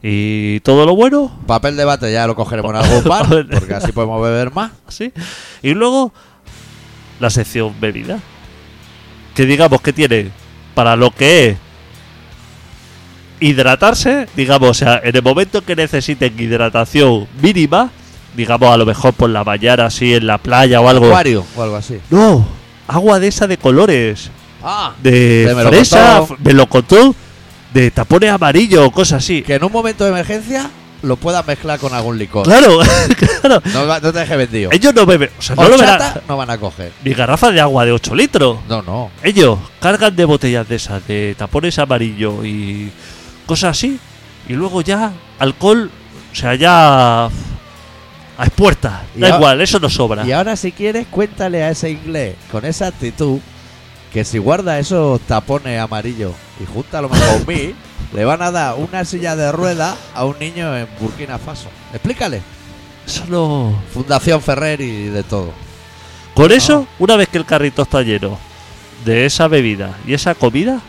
Speaker 3: y todo lo bueno.
Speaker 1: Papel de bate ya lo cogeremos en algún bar. Porque así podemos beber más.
Speaker 3: ¿sí? Y luego la sección bebida. Que digamos que tiene para lo que es hidratarse, digamos, o sea, en el momento que necesiten hidratación mínima, digamos a lo mejor por la mañana así en la playa o algo.
Speaker 1: Acuario o algo así.
Speaker 3: No, agua de esa de colores,
Speaker 1: Ah.
Speaker 3: de,
Speaker 1: De melocotón.
Speaker 3: fresa, f- melocotón, de tapones amarillos, cosas así.
Speaker 1: Que en un momento de emergencia lo puedas mezclar con algún licor.
Speaker 3: Claro, claro.
Speaker 1: No, va- no te dejes vendido.
Speaker 3: Ellos no beben, o sea, no lo
Speaker 1: Horchata
Speaker 3: verán.
Speaker 1: no van a coger.
Speaker 3: Ni garrafa de agua de 8 litros.
Speaker 1: No, no.
Speaker 3: Ellos cargan de botellas de esas, de tapones amarillos y cosas así. Y luego ya alcohol, o sea, ya a expuertas.
Speaker 1: Y
Speaker 3: Da
Speaker 1: a-
Speaker 3: igual, eso no sobra.
Speaker 1: Y ahora si quieres, cuéntale a ese inglés con esa actitud que si guarda esos tapones amarillos y junta a lo mejor un mil, le van a dar una silla de rueda a un niño en Burkina Faso. Explícale.
Speaker 3: Eso no...
Speaker 1: Fundación Ferrer y de todo.
Speaker 3: Con
Speaker 1: Ah.
Speaker 3: eso, una vez que el carrito está lleno de esa bebida y esa comida,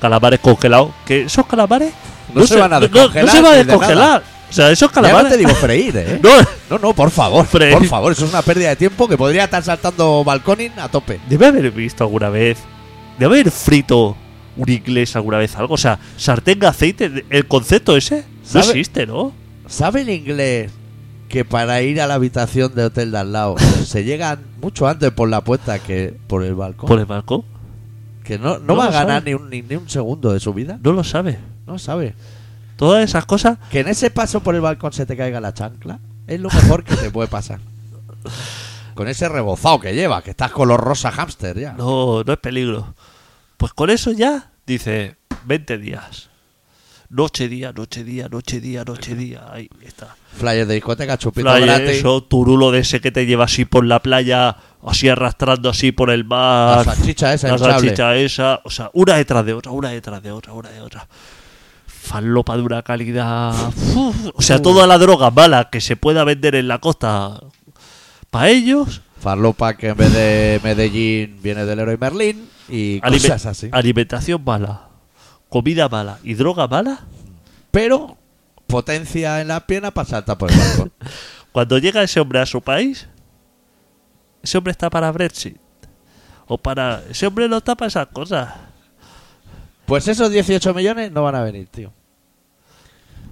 Speaker 3: calamares congelados, que esos calamares
Speaker 1: No se van a
Speaker 3: no- no
Speaker 1: descongelar
Speaker 3: se van a
Speaker 1: ni de
Speaker 3: descongelar. O sea, esos
Speaker 1: Ya no
Speaker 3: calamares...
Speaker 1: te digo freír, ¿eh?
Speaker 3: No,
Speaker 1: No, no, por favor,
Speaker 3: Freír.
Speaker 1: por favor, eso es una pérdida de tiempo que podría estar saltando balconing a tope.
Speaker 3: Debe haber visto alguna vez. Debe haber frito un inglés alguna vez algo. O sea, sartén, aceite. El concepto ese no
Speaker 1: ¿Sabe?
Speaker 3: existe, ¿no?
Speaker 1: ¿Sabe el inglés que para ir a la habitación de hotel de al lado se llega mucho antes por la puerta que por el balcón?
Speaker 3: Por el balcón.
Speaker 1: Que no, no,
Speaker 3: No
Speaker 1: va a
Speaker 3: lo
Speaker 1: ganar
Speaker 3: sabe.
Speaker 1: ni un, ni, ni un segundo de su vida.
Speaker 3: No lo sabe.
Speaker 1: No sabe.
Speaker 3: Todas esas cosas.
Speaker 1: Que en ese paso por el balcón se te caiga la chancla es lo mejor que te puede pasar. Con ese rebozado que lleva, que estás con los rosa hamster ya.
Speaker 3: No, no es peligro. Pues con eso ya, dice, 20 días. noche, día, noche, día, noche, día, noche, día. Ahí está.
Speaker 1: Flyer de discoteca, chupito
Speaker 3: Flyer,
Speaker 1: gratis.
Speaker 3: eso, turulo de ese que te lleva así por la playa, así arrastrando así por el mar.
Speaker 1: La salchicha esa
Speaker 3: La
Speaker 1: hinchable.
Speaker 3: salchicha esa. O sea, una detrás de otra, una detrás de otra, una de otra. Falopa de una calidad. Uf, o sea, toda la droga mala que se pueda vender en la costa para ellos.
Speaker 1: Farlopa que en vez de Medellín viene del Héroe Merlín y
Speaker 3: Alime-
Speaker 1: cosas así.
Speaker 3: Alimentación mala, comida mala y droga mala.
Speaker 1: Pero potencia en la pierna para saltar por el barco.
Speaker 3: Cuando llega ese hombre a su país, ese hombre está para Brexit. O para. Ese hombre no está para esas cosas.
Speaker 1: pues esos 18 millones no van a venir, tío.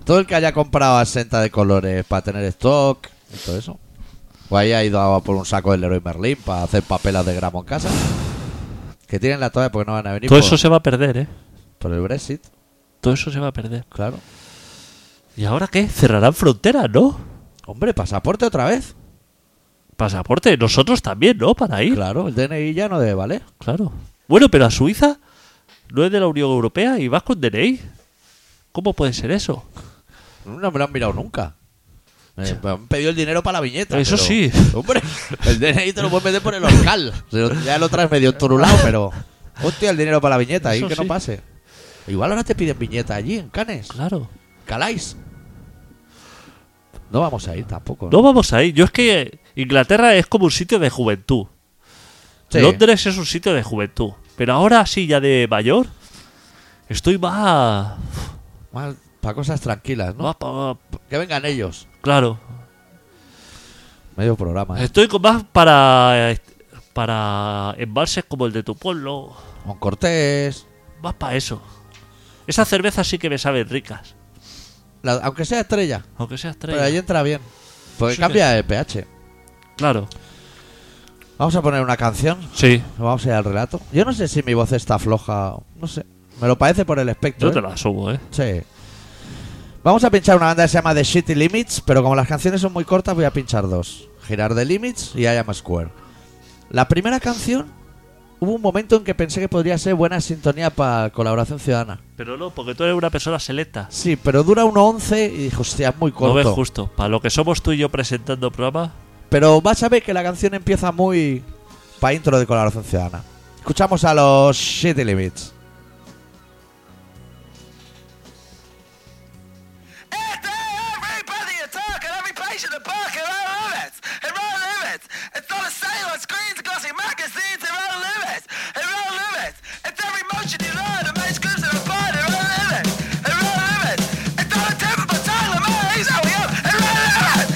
Speaker 1: Todo el que haya comprado asenta de colores para tener stock y todo eso. O haya ido a por un saco del Héroe Merlín para hacer papelas de gramo en casa. Que tienen la toalla porque no van a venir
Speaker 3: Todo
Speaker 1: por,
Speaker 3: eso se va a perder, ¿eh?
Speaker 1: por el Brexit,
Speaker 3: Todo eso se va a perder.
Speaker 1: claro.
Speaker 3: ¿Y ahora qué? Cerrarán fronteras, ¿no?
Speaker 1: Hombre, pasaporte otra vez.
Speaker 3: Pasaporte, nosotros también, ¿no? Para ir. Claro.
Speaker 1: Claro, el DNI ya no debe valer.
Speaker 3: Bueno, pero a Suiza no es de la Unión Europea y vas con DNI. ¿Cómo puede ser eso?
Speaker 1: No me lo han mirado nunca. Me, me han pedido el dinero para la viñeta.
Speaker 3: Eso
Speaker 1: pero-
Speaker 3: sí.
Speaker 1: Hombre, el DNI te lo puedes meter por el local. Ya lo traes medio enturulado, pero. Hostia, el dinero para la viñeta, ahí
Speaker 3: Eso
Speaker 1: que
Speaker 3: sí.
Speaker 1: no pase. Igual ahora te piden viñeta allí, en Canes.
Speaker 3: Claro.
Speaker 1: Calais. No vamos a ir tampoco.
Speaker 3: No vamos ahí. Yo es que Inglaterra es como un sitio de juventud.
Speaker 1: Sí.
Speaker 3: Londres es un sitio de juventud. Pero ahora sí, ya de mayor, estoy más.
Speaker 1: Para cosas tranquilas, ¿no?
Speaker 3: más pa-
Speaker 1: Que vengan ellos.
Speaker 3: claro.
Speaker 1: Medio programa. ¿eh?
Speaker 3: Estoy con más para. eh, para embalses como el de tu pueblo.
Speaker 1: Con Cortés.
Speaker 3: Más para eso. Esas cervezas sí que me saben ricas.
Speaker 1: la- aunque sea estrella.
Speaker 3: Aunque sea estrella.
Speaker 1: Pero ahí entra bien. Porque
Speaker 3: Sí que-
Speaker 1: cambia el pH.
Speaker 3: Claro.
Speaker 1: Vamos a poner una canción.
Speaker 3: Sí.
Speaker 1: Nos Vamos a ir al relato. Yo no sé si mi voz está floja. o- No sé. Me lo parece por el espectro.
Speaker 3: Yo te
Speaker 1: ¿eh?
Speaker 3: la subo, ¿eh?
Speaker 1: Sí. Vamos a pinchar una banda que se llama The Shitty Limits, pero como las canciones son muy cortas, voy a pinchar dos: Girar The Limits y I Am Square. La primera canción, hubo un momento en que pensé que podría ser buena sintonía para colaboración ciudadana.
Speaker 3: Pero no, porque tú eres una persona selecta.
Speaker 1: Sí, pero dura 1.11 y dije, hostia, es muy
Speaker 3: No
Speaker 1: corto.
Speaker 3: ves justo. Para lo que somos tú y yo presentando programa.
Speaker 1: Pero vas a ver que la canción empieza muy para intro de colaboración ciudadana. Escuchamos a los Shitty Limits.
Speaker 2: It's everybody in talk and every place in the park and all limits and all limits. It's not a sale on screens and glossy magazines and all limits and all limits. It's every motion you learn and my scripts are apart and all limits and all limits. It's all a typical title of my age, how we up and all limits and all limits.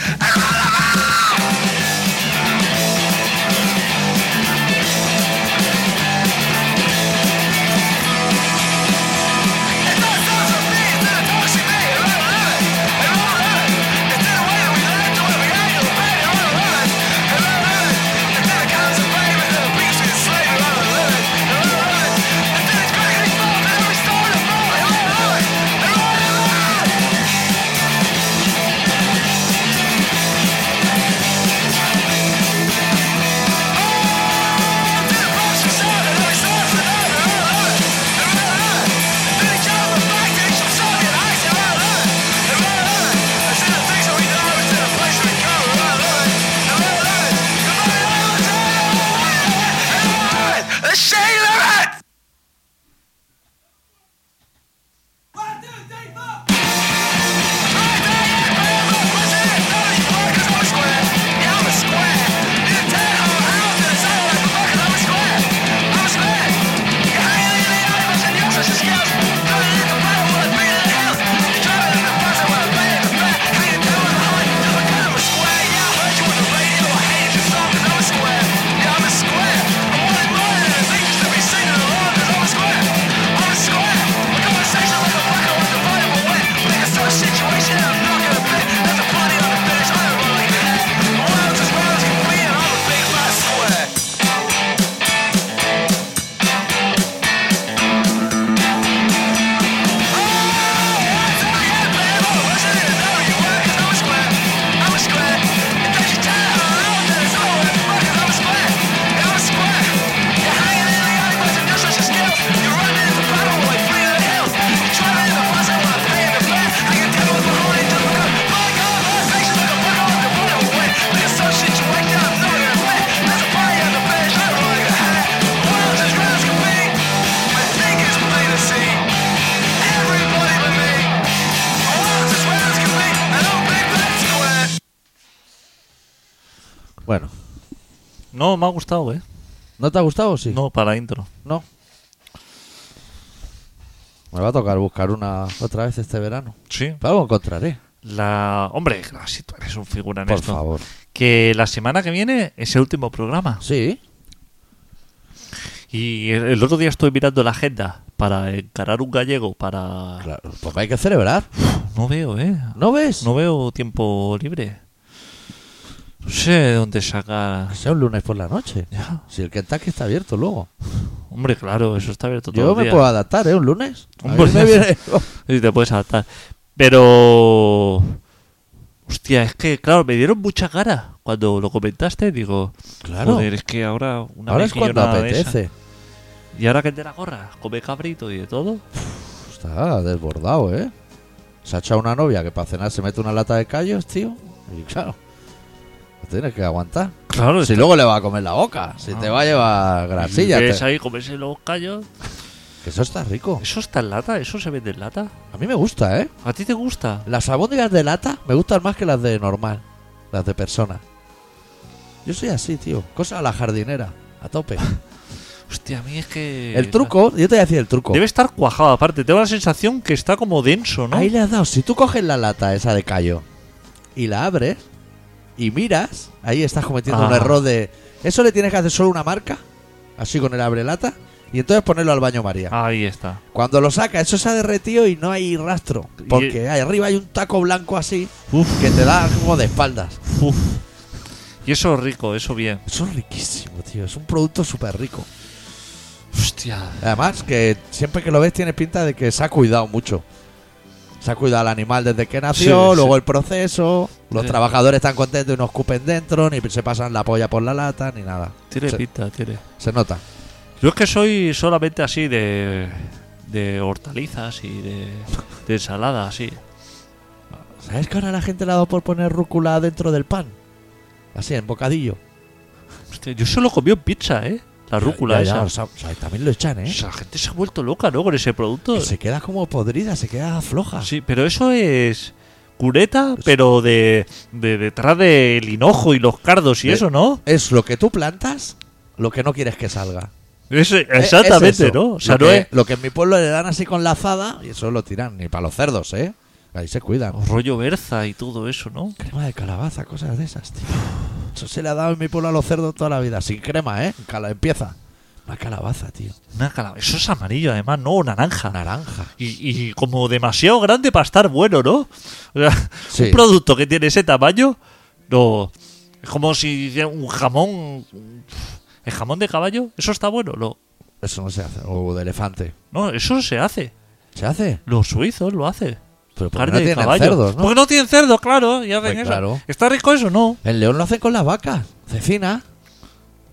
Speaker 3: No, me ha gustado, ¿eh?
Speaker 1: ¿No te ha gustado o sí?
Speaker 3: No, para la intro.
Speaker 1: No. Me va a tocar buscar una otra vez este verano.
Speaker 3: Sí.
Speaker 1: Pero algo encontraré,
Speaker 3: La... Hombre, claro, si tú eres un figura en
Speaker 1: por
Speaker 3: esto.
Speaker 1: favor.
Speaker 3: Que la semana que viene es el último programa.
Speaker 1: Sí.
Speaker 3: Y el el otro día estoy mirando la agenda para encarar un gallego para...
Speaker 1: Claro, porque hay que celebrar.
Speaker 3: No veo, ¿eh?
Speaker 1: ¿No ves?
Speaker 3: No veo tiempo libre. No sé dónde sacar...
Speaker 1: Que sea un lunes por la noche.
Speaker 3: Ya.
Speaker 1: Si el Kentucky está abierto luego.
Speaker 3: Hombre, claro, eso está abierto todo
Speaker 1: Yo
Speaker 3: el
Speaker 1: me
Speaker 3: día.
Speaker 1: puedo adaptar, ¿eh? Un lunes. A mí
Speaker 3: Hombre.
Speaker 1: me viene-
Speaker 3: Y te puedes adaptar. Pero... Hostia, es que, claro, me dieron mucha cara cuando lo comentaste. Digo,
Speaker 1: Claro.
Speaker 3: joder, es que ahora una
Speaker 1: Ahora es cuando
Speaker 3: mejillonada de esa.
Speaker 1: apetece.
Speaker 3: Y ahora que es de la gorra, come cabrito y de todo.
Speaker 1: Está desbordado, ¿eh? Se ha echado una novia que para cenar se mete una lata de callos, tío. Y claro, lo tienes que aguantar.
Speaker 3: Claro,
Speaker 1: Si luego le va a comer la boca, si
Speaker 3: Pues Ah.
Speaker 1: te va a llevar grasilla.
Speaker 3: ves
Speaker 1: te-
Speaker 3: ahí comerse los callos.
Speaker 1: Que eso está rico.
Speaker 3: ¿Eso está en lata? ¿Eso se vende en lata?
Speaker 1: A mí me gusta, ¿eh?
Speaker 3: ¿A ti te gusta?
Speaker 1: Las albóndigas de lata me gustan más que las de normal, las de persona. Yo soy así, tío. Cosa a la jardinera, a tope.
Speaker 3: Hostia, a mí es que.
Speaker 1: El truco, yo te voy a decir el truco.
Speaker 3: Debe estar cuajado, aparte. Tengo la sensación que está como denso, ¿no?
Speaker 1: Ahí le has dado. Si tú coges la lata esa de callo y la abres y miras, ahí estás cometiendo un
Speaker 3: Ah.
Speaker 1: error de. Eso le tienes que hacer solo una marca, así con el abre lata, y entonces ponerlo al baño María.
Speaker 3: Ahí está.
Speaker 1: Cuando lo saca, eso se ha derretido y no hay rastro. Porque ahí arriba hay un taco blanco así
Speaker 3: Uf,
Speaker 1: que te da como de espaldas.
Speaker 3: uf. Y eso rico, eso bien.
Speaker 1: Eso es riquísimo, tío. Es un producto súper rico.
Speaker 3: Hostia.
Speaker 1: Además, que siempre que lo ves tiene pinta de que se ha cuidado mucho. Se ha cuidado al animal desde que nació,
Speaker 3: Sí,
Speaker 1: luego
Speaker 3: sí.
Speaker 1: el proceso. Los
Speaker 3: Sí.
Speaker 1: trabajadores están contentos y no escupen dentro, ni se pasan la polla por la lata, ni nada.
Speaker 3: Tiene
Speaker 1: Sí.
Speaker 3: pinta, tiene.
Speaker 1: Se nota.
Speaker 3: Yo es que soy solamente así de. de hortalizas y de. de ensalada, así.
Speaker 1: ¿Sabes que ahora la gente le ha dado por poner rúcula dentro del pan? Así, en bocadillo.
Speaker 3: Hostia, yo solo comí en pizza, ¿eh? La rúcula
Speaker 1: Ya, ya,
Speaker 3: esa.
Speaker 1: o sea, o sea, también lo echan, ¿eh?
Speaker 3: O sea, la gente se ha vuelto loca, ¿no? Con ese producto.
Speaker 1: Que se queda como podrida, se queda floja.
Speaker 3: Sí, pero eso es cureta, pero de, de detrás del hinojo y los cardos y
Speaker 1: De-
Speaker 3: eso, ¿no?
Speaker 1: Eh, Es lo que tú plantas, lo que no quieres que salga.
Speaker 3: Es-
Speaker 1: Eh, es
Speaker 3: exactamente,
Speaker 1: eso.
Speaker 3: ¿no? O sea,
Speaker 1: lo,
Speaker 3: no
Speaker 1: que,
Speaker 3: es
Speaker 1: lo que en mi pueblo le dan así con la azada y eso lo tiran ni para los cerdos, ¿eh? Ahí se cuidan.
Speaker 3: rollo berza y todo eso, ¿no?
Speaker 1: Crema de calabaza, cosas de esas, tío. Eso se le ha dado en mi pueblo a los cerdos toda la vida. Sin crema, ¿eh? Cala- empieza. Una calabaza, tío.
Speaker 3: Una cala- Eso es amarillo, además, ¿no? O naranja.
Speaker 1: Naranja.
Speaker 3: Y, y como demasiado grande para estar bueno, ¿no? O sea,
Speaker 1: Sí.
Speaker 3: un producto que tiene ese tamaño, no. Es como si hiciera un jamón. ¿El jamón de caballo? ¿Eso está bueno? No.
Speaker 1: Eso no se hace. O de elefante.
Speaker 3: No, eso se hace.
Speaker 1: ¿Se hace?
Speaker 3: Los suizos lo hacen.
Speaker 1: Pero porque Pues
Speaker 3: Carne
Speaker 1: no
Speaker 3: de
Speaker 1: tienen
Speaker 3: caballo.
Speaker 1: cerdos, ¿no?
Speaker 3: Porque no tienen cerdos, claro. Y hacen
Speaker 1: Pues
Speaker 3: eso.
Speaker 1: claro.
Speaker 3: ¿Está rico eso? No.
Speaker 1: En León lo hacen con las vacas. Cecina.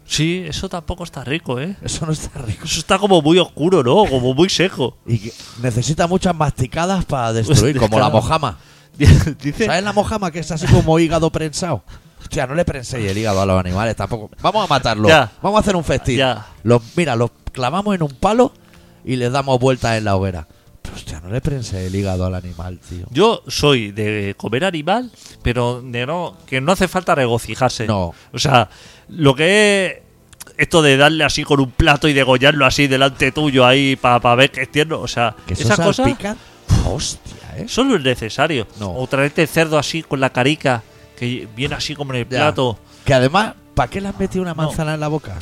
Speaker 3: Sí, eso tampoco está rico, ¿eh?
Speaker 1: Eso no está rico.
Speaker 3: Eso está como muy oscuro, ¿no? Como muy seco.
Speaker 1: Y que necesita muchas masticadas para destruir, como la
Speaker 3: claro.
Speaker 1: mojama.
Speaker 3: Dice.
Speaker 1: ¿Sabes la mojama que es así como hígado prensado? Hostia, no le prenséis el hígado a los animales tampoco. Vamos a matarlo.
Speaker 3: Ya.
Speaker 1: Vamos a hacer un festín.
Speaker 3: Ya.
Speaker 1: Los, mira, los clavamos en un palo y les damos vueltas en la hoguera. Pero hostia, no le prenséis el hígado al animal, tío.
Speaker 3: Yo soy de comer animal, pero de no, que no hace falta regocijarse.
Speaker 1: No.
Speaker 3: O sea, lo que es esto de darle así con un plato y degollarlo así delante tuyo ahí para ver que es tierno, o sea,
Speaker 1: Que eso
Speaker 3: esas cosas
Speaker 1: salpican. Hostia, eh.
Speaker 3: Eso no es necesario.
Speaker 1: No.
Speaker 3: O traerte el cerdo así con la carica, que viene así como en el
Speaker 1: Ya.
Speaker 3: plato.
Speaker 1: Que además, ¿para qué le has metido una manzana en la boca?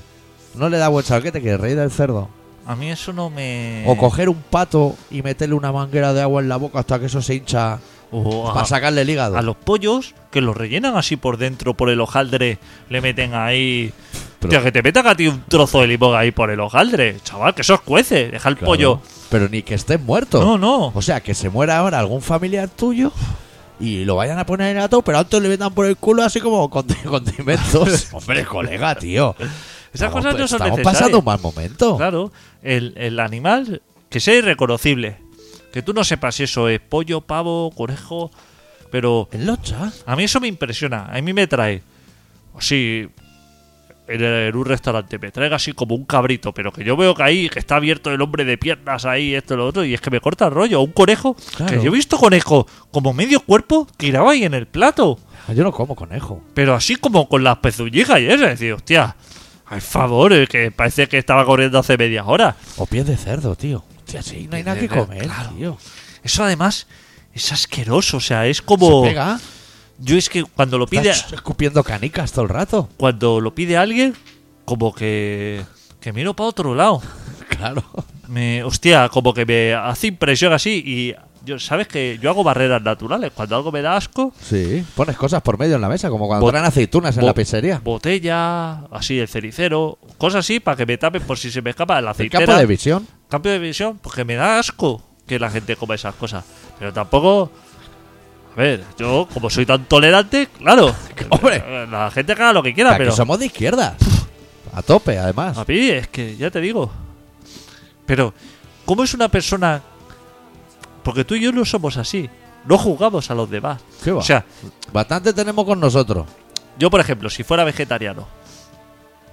Speaker 1: No le da buen sabor. ¿Qué te quieres reír del cerdo?
Speaker 3: A mí eso no me.
Speaker 1: O coger un pato y meterle una manguera de agua en la boca hasta que eso se hincha
Speaker 3: O ah, a,
Speaker 1: para sacarle el hígado.
Speaker 3: a los pollos que los rellenan así por dentro, por el hojaldre, le meten ahí.
Speaker 1: Pero-
Speaker 3: Tío, que te metan a ti un trozo de limón ahí por el hojaldre, chaval, que eso os cuece, deja el
Speaker 1: Claro.
Speaker 3: pollo.
Speaker 1: Pero ni que estés muerto.
Speaker 3: No, no.
Speaker 1: O sea, que se muera ahora algún familiar tuyo y lo vayan a poner en el ataúd, pero antes le metan por el culo así como con condimentos. Hombre, colega, tío.
Speaker 3: Esas
Speaker 1: Estamos-
Speaker 3: cosas no son
Speaker 1: Estamos
Speaker 3: necesarias.
Speaker 1: pasando un mal momento.
Speaker 3: Claro, el, el animal que sea irreconocible. Que tú no sepas si eso es pollo, pavo, conejo, pero
Speaker 1: En locha.
Speaker 3: A mí eso me impresiona, a mí me trae. Sí, en, en un restaurante me traiga así como un cabrito, pero que yo veo que ahí, que está abierto el hombre de piernas ahí, esto, lo otro, y es que me corta el rollo. O Un conejo,
Speaker 1: Claro.
Speaker 3: que yo he visto conejo como medio cuerpo tirado ahí en el plato,
Speaker 1: Yo no como conejo.
Speaker 3: pero así como con las pezuñicas y eso. Es decir, hostia, al favor, eh, que parece que estaba corriendo hace media hora.
Speaker 1: O pies de cerdo, tío. Hostia, sí, no hay nada que
Speaker 3: Claro.
Speaker 1: comer, tío.
Speaker 3: Eso además es asqueroso, o sea, es como.
Speaker 1: Se pega.
Speaker 3: Yo es que cuando lo pide.
Speaker 1: Estás escupiendo canicas todo el rato.
Speaker 3: cuando lo pide alguien, como que, que miro para otro lado.
Speaker 1: Claro.
Speaker 3: Me, hostia, como que me hace impresión así y yo, sabes que yo hago barreras naturales. Cuando algo me da asco,
Speaker 1: Sí. Pones cosas por medio en la mesa, como cuando
Speaker 3: Bot-
Speaker 1: traen aceitunas en
Speaker 3: bo-
Speaker 1: la pizzería.
Speaker 3: botella, así el cericero, cosas así para que me tapen por si se me escapa la
Speaker 1: El
Speaker 3: aceitera.
Speaker 1: campo de visión.
Speaker 3: Cambio de visión, porque me da asco que la gente coma esas cosas. Pero tampoco. A ver, yo como soy tan tolerante, claro.
Speaker 1: Hombre.
Speaker 3: La gente que haga lo que quiera,
Speaker 1: Aquí
Speaker 3: pero. Ah,
Speaker 1: somos de izquierda. A tope, además.
Speaker 3: A mí es que ya te digo. Pero, ¿cómo es una persona? Porque tú y yo no somos así. No juzgamos a los demás.
Speaker 1: ¿Qué va?
Speaker 3: O sea,
Speaker 1: Bastante tenemos con nosotros.
Speaker 3: yo, por ejemplo, si fuera vegetariano,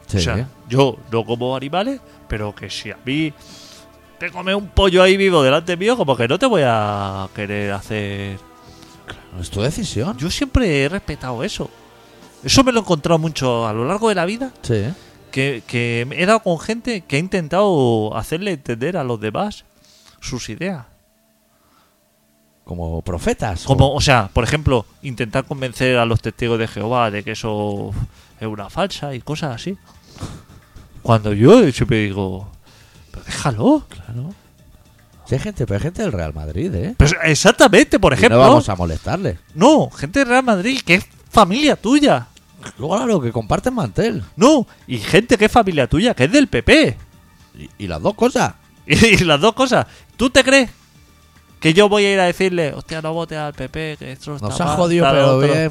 Speaker 1: Sí.
Speaker 3: o sea, yo no como animales, pero que si a mí te come un pollo ahí vivo delante mío, como que no te voy a querer hacer.
Speaker 1: es tu decisión.
Speaker 3: Yo siempre he respetado eso. Eso me lo he encontrado mucho a lo largo de la vida.
Speaker 1: Sí.
Speaker 3: que, que he dado con gente que ha intentado hacerle entender a los demás sus ideas.
Speaker 1: Como profetas.
Speaker 3: Como, o sea, por ejemplo, intentar convencer a los testigos de Jehová de que eso es una falsa y cosas así. Cuando yo siempre digo, pero déjalo.
Speaker 1: Claro. Sí, hay gente, pero hay gente del Real Madrid, ¿eh?
Speaker 3: Pero exactamente, por
Speaker 1: Y
Speaker 3: ejemplo.
Speaker 1: no vamos a molestarle.
Speaker 3: no, gente de Real Madrid que es familia tuya.
Speaker 1: Claro, que comparten mantel.
Speaker 3: No, y gente que es familia tuya, que es del PP.
Speaker 1: Y, y las dos cosas.
Speaker 3: Y, las dos cosas. ¿Tú te crees que yo voy a ir a decirle, hostia, no vote al PP, que esto está
Speaker 1: Nos ha
Speaker 3: mal,
Speaker 1: jodido,
Speaker 3: tal,
Speaker 1: pero
Speaker 3: otro"?
Speaker 1: bien.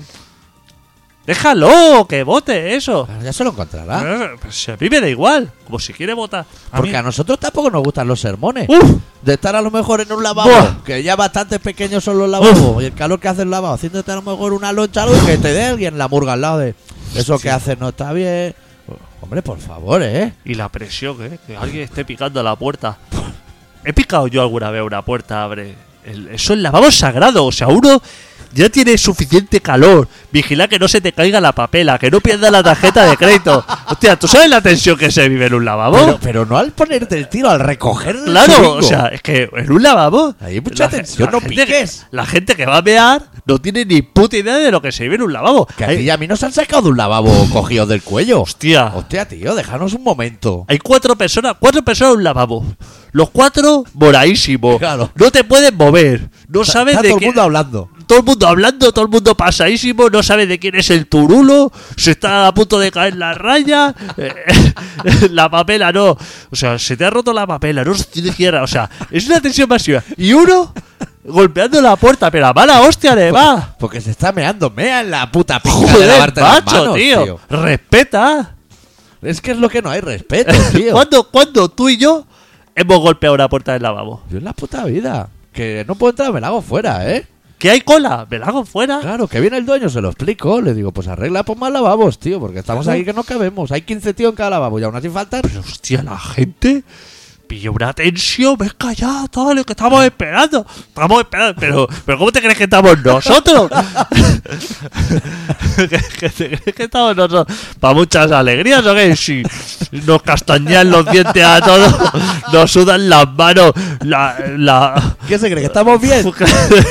Speaker 3: Déjalo, que vote eso.
Speaker 1: Claro, Ya se lo encontrará.
Speaker 3: Eh, pues Si a mí me da igual, como si quiere votar. A
Speaker 1: Porque
Speaker 3: mí-
Speaker 1: a nosotros tampoco nos gustan los sermones.
Speaker 3: ¡Uf!
Speaker 1: De estar a lo mejor en un lavabo,
Speaker 3: Buah.
Speaker 1: que ya bastante pequeños son los lavabos, y el calor que hace el lavabo, haciéndote a lo mejor una loncha algo y que te dé alguien la murga al lado de eso que haces no está bien. Hombre, por favor, ¿eh?
Speaker 3: Y la presión, ¿eh? que alguien esté picando a la puerta. He picado yo alguna vez una puerta, abre. El- eso es lavabo sagrado, o sea, uno ya tiene suficiente calor. Vigila que no se te caiga la papela, que no pierdas la tarjeta de crédito. Hostia, ¿tú sabes la tensión que se vive en un lavabo?
Speaker 1: Pero, pero no al ponerte el tiro, al recoger el
Speaker 3: Oh. Claro,
Speaker 1: chiringo.
Speaker 3: o sea, es que en un lavabo.
Speaker 1: Ahí hay mucha
Speaker 3: ge-
Speaker 1: tensión, no
Speaker 3: gente que-
Speaker 1: piques.
Speaker 3: la gente que va a mear no tiene ni puta idea de lo que se vive en un lavabo.
Speaker 1: Que a ti
Speaker 3: hay,
Speaker 1: y a mí nos han sacado de un lavabo cogidos del cuello.
Speaker 3: hostia,
Speaker 1: Hostia, tío, déjanos un momento.
Speaker 3: hay cuatro personas, cuatro personas en un lavabo. Los cuatro moraísimos.
Speaker 1: Claro.
Speaker 3: No te pueden mover. No sabes
Speaker 1: Está
Speaker 3: de
Speaker 1: todo el
Speaker 3: quién.
Speaker 1: mundo hablando.
Speaker 3: Todo el mundo hablando, todo el mundo pasadísimo, no sabes de quién es el turulo, se está a punto de caer la raya, eh, la papela no, o sea, se te ha roto la papela, no se tiene izquierda, o sea, es una tensión masiva. Y uno golpeando la puerta, pero a mala hostia le va.
Speaker 1: Porque se está meando, mea en la puta pija de
Speaker 3: Joder,
Speaker 1: lavarte las
Speaker 3: macho,
Speaker 1: manos,
Speaker 3: tío.
Speaker 1: tío.
Speaker 3: Respeta.
Speaker 1: Es que es lo que no hay respeto, tío.
Speaker 3: ¿Cuándo, cuándo tú y yo hemos golpeado la puerta del lavabo?
Speaker 1: Yo en la puta vida. Que no puedo entrar, me la hago fuera, ¿eh?
Speaker 3: ¿Que hay cola? ¿Me la hago fuera?
Speaker 1: Claro, que viene el dueño, se lo explico. Le digo, pues arregla, pon más lavabos, tío, porque estamos
Speaker 3: Claro.
Speaker 1: aquí que no cabemos. Hay 15 tíos en cada lavabo y aún así faltan.
Speaker 3: Pero hostia, la gente pilló una tensión, ven callado, tal, que estamos esperando. Estamos esperando, pero, pero ¿cómo te crees que estamos nosotros? ¿Que, que te crees que estamos nosotros? ¿Para muchas alegrías o qué? Si nos castañean los dientes a todos, nos sudan las manos, la. la
Speaker 1: ¿Qué se cree? ¿Que estamos bien?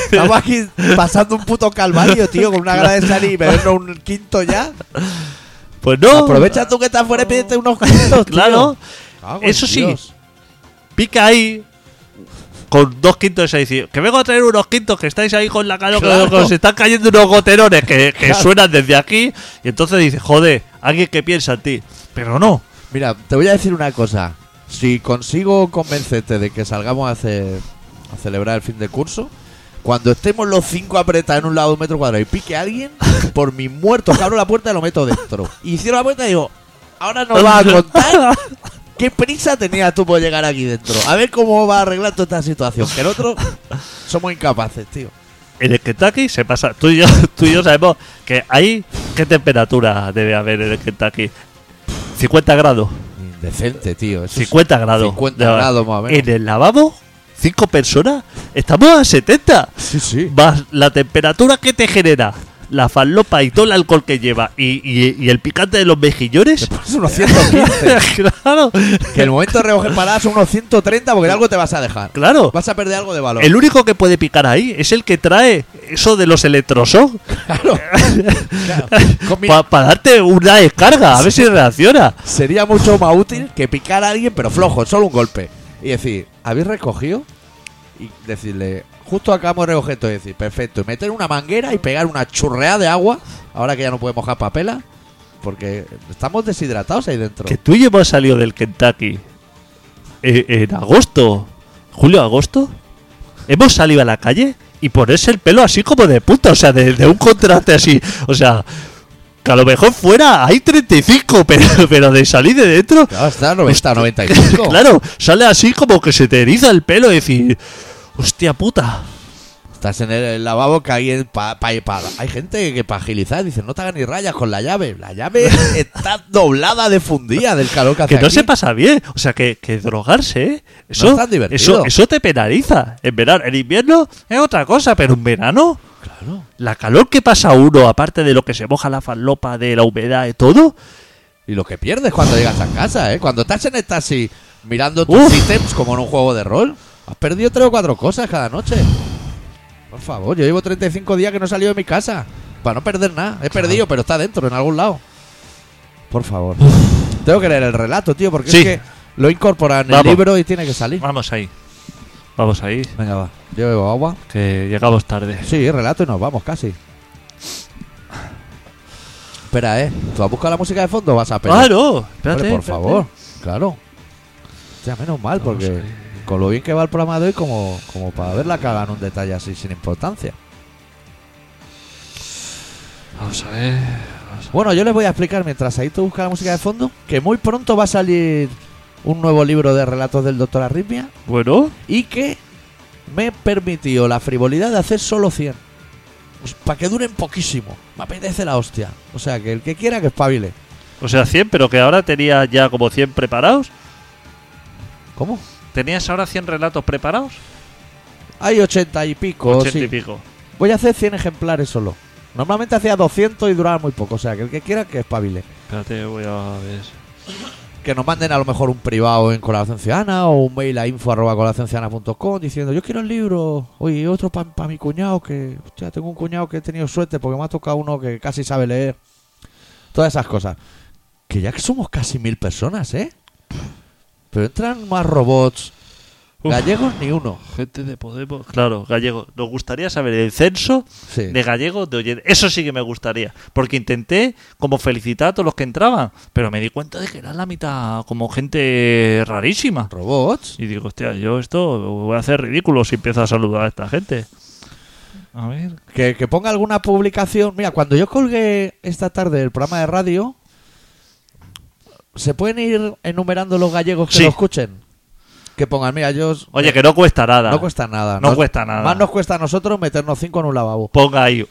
Speaker 1: Estamos aquí pasando un puto calvario, tío, con una gana de salir y bebernos un quinto ya.
Speaker 3: Pues no.
Speaker 1: Aprovecha tú que estás fuera y pídete unos quintos, tío.
Speaker 3: Claro.
Speaker 1: Cago en
Speaker 3: Eso sí,
Speaker 1: Dios.
Speaker 3: pica ahí con dos quintos de dice Que vengo a traer unos quintos que estáis ahí con la calor, que-
Speaker 1: Claro.
Speaker 3: que os están cayendo unos goterones que, que
Speaker 1: Claro.
Speaker 3: suenan desde aquí. Y entonces dice, joder, alguien que piensa en ti. Pero no.
Speaker 1: Mira, te voy a decir una cosa. Si consigo convencerte de que salgamos a, ce- a celebrar el fin de curso, cuando estemos los cinco apretados en un lado de un metro cuadrado y pique a alguien, por mi muerto, que abro la puerta y lo meto dentro. Y cierro la puerta y digo, ahora nos vas a contar qué prisa tenías tú por llegar aquí dentro. A ver cómo va a arreglar toda esta situación. Que el otro somos incapaces, tío.
Speaker 3: En el Kentucky se pasa. Tú y yo, tú y yo sabemos que ahí. ¿Qué temperatura debe haber en el Kentucky? 50 grados.
Speaker 1: Indecente, tío. Eso es-
Speaker 3: 50 grados.
Speaker 1: 50
Speaker 3: De-
Speaker 1: grados más o menos.
Speaker 3: En el lavabo, 5 personas, estamos a 70.
Speaker 1: Sí, sí.
Speaker 3: Más la temperatura que te genera, la falopa y todo el alcohol que lleva y, y- y el picante de los mejillones.
Speaker 1: Es unos 115.
Speaker 3: claro,
Speaker 1: que el momento de recoger paradas son unos 130 porque en algo te vas a dejar.
Speaker 3: claro.
Speaker 1: Vas a perder algo de valor.
Speaker 3: El único que puede picar ahí es el que trae eso de los electrosos
Speaker 1: Claro. Claro. Combi-
Speaker 3: para darte una descarga, a ver si reacciona.
Speaker 1: Sería mucho más útil que picar a alguien, pero flojo, solo un golpe. Y decir, ¿habéis recogido? Y decirle, justo acabamos de recoger esto", Y decir, perfecto. Y meter una manguera y pegar una churreada de agua. Ahora que ya no puede mojar papela. Porque estamos deshidratados ahí dentro.
Speaker 3: Que tú y yo hemos salido del Kentucky eh, en agosto, julio-agosto. Hemos salido a la calle y ponerse el pelo así como de puta, o sea, de, de un contraste así. O sea, que a lo mejor fuera hay 35, pero, pero de salir de dentro.
Speaker 1: Claro, está a 90, 95.
Speaker 3: Claro, sale así como que se te eriza el pelo y decir, hostia puta.
Speaker 1: Estás en el, el lavabo que alguien pa, pa- pa- hay gente que para agilizar dice no te hagas ni rayas con la llave. La llave está doblada de fundida del calor que hace
Speaker 3: Que no
Speaker 1: aquí.
Speaker 3: se pasa bien. O sea, que, que drogarse, ¿eh? Eso,
Speaker 1: es tan divertido.
Speaker 3: Eso, eso te penaliza. En verano, en invierno es otra cosa, pero en verano. Claro. La calor que pasa uno, aparte de lo que se moja la falopa, de la humedad y todo.
Speaker 1: Y lo que pierdes cuando llegas a casa, ¿eh? Cuando estás en el taxi mirando tus
Speaker 3: Uf.
Speaker 1: ítems como en un juego de rol, has perdido tres o cuatro cosas cada noche. Por favor, yo llevo 35 días que no he salido de mi casa. Para no perder nada. He perdido, pero está dentro, en algún lado. Por favor. Tengo que leer el relato, tío, porque
Speaker 3: Sí.
Speaker 1: es que lo incorporan en el
Speaker 3: Vamos.
Speaker 1: libro y tiene que salir.
Speaker 3: Vamos ahí. Vamos ahí,
Speaker 1: Venga, va. Yo bebo agua.
Speaker 3: que llegamos tarde.
Speaker 1: Sí, relato y nos vamos casi. Espera, ¿eh? ¿Tú has buscado la música de fondo o vas a pedir?
Speaker 3: ah, no. Espérate.
Speaker 1: Hombre, por
Speaker 3: espérate.
Speaker 1: favor, claro. Ya menos mal,
Speaker 3: Vamos
Speaker 1: porque
Speaker 3: ahí.
Speaker 1: con lo bien que va el programa de hoy, como, como para verla cagan un detalle así sin importancia.
Speaker 3: Vamos a ver. vamos a-
Speaker 1: Bueno, yo les voy a explicar mientras ahí tú buscas la música de fondo, que muy pronto va a salir un nuevo libro de relatos del doctor Arritmia
Speaker 3: Bueno,
Speaker 1: y que me permitió la frivolidad de hacer solo 100. para que duren poquísimo. Me apetece la hostia. O sea, que el que quiera que espabile.
Speaker 3: o sea, 100, pero que ahora tenía ya como 100 preparados.
Speaker 1: ¿Cómo?
Speaker 3: ¿Tenías ahora 100 relatos preparados?
Speaker 1: Hay ochenta y pico.
Speaker 3: 80 y
Speaker 1: sí.
Speaker 3: pico.
Speaker 1: Voy a hacer 100 ejemplares solo. Normalmente hacía 200 y duraba muy poco. O sea, que el que quiera que espabile.
Speaker 3: Espérate, voy a ver.
Speaker 1: Que nos manden a lo mejor un privado en Colaboración Ciudadana o un mail a info arroba colaboracionciudadana.com diciendo yo quiero el libro. Oye, otro para mi cuñado que... Hostia, tengo un cuñado que he tenido suerte porque me ha tocado uno que casi sabe leer. Todas esas cosas. Que ya que somos casi mil personas, ¿eh? Pero entran más robots.
Speaker 3: Uf.
Speaker 1: Gallegos ni uno.
Speaker 3: Gente de Podemos. Claro, gallego. Nos gustaría saber el censo
Speaker 1: Sí.
Speaker 3: de gallegos de oyentes. Eso sí que me gustaría. Porque intenté como felicitar a todos los que entraban, pero me di cuenta de que era la mitad como gente rarísima.
Speaker 1: ¿Robots?
Speaker 3: Y digo, hostia, yo esto voy a hacer ridículo si empiezo a saludar a esta gente. A ver.
Speaker 1: Que, que ponga alguna publicación. Mira, cuando yo colgué esta tarde el programa de radio, ¿se pueden ir enumerando los gallegos que
Speaker 3: Sí.
Speaker 1: lo escuchen? Que pongan, mira, yo. os-
Speaker 3: Oye, que no cuesta nada.
Speaker 1: no cuesta nada.
Speaker 3: No cuesta nada.
Speaker 1: Más nos cuesta a nosotros meternos cinco en un lavabo.
Speaker 3: Ponga ahí.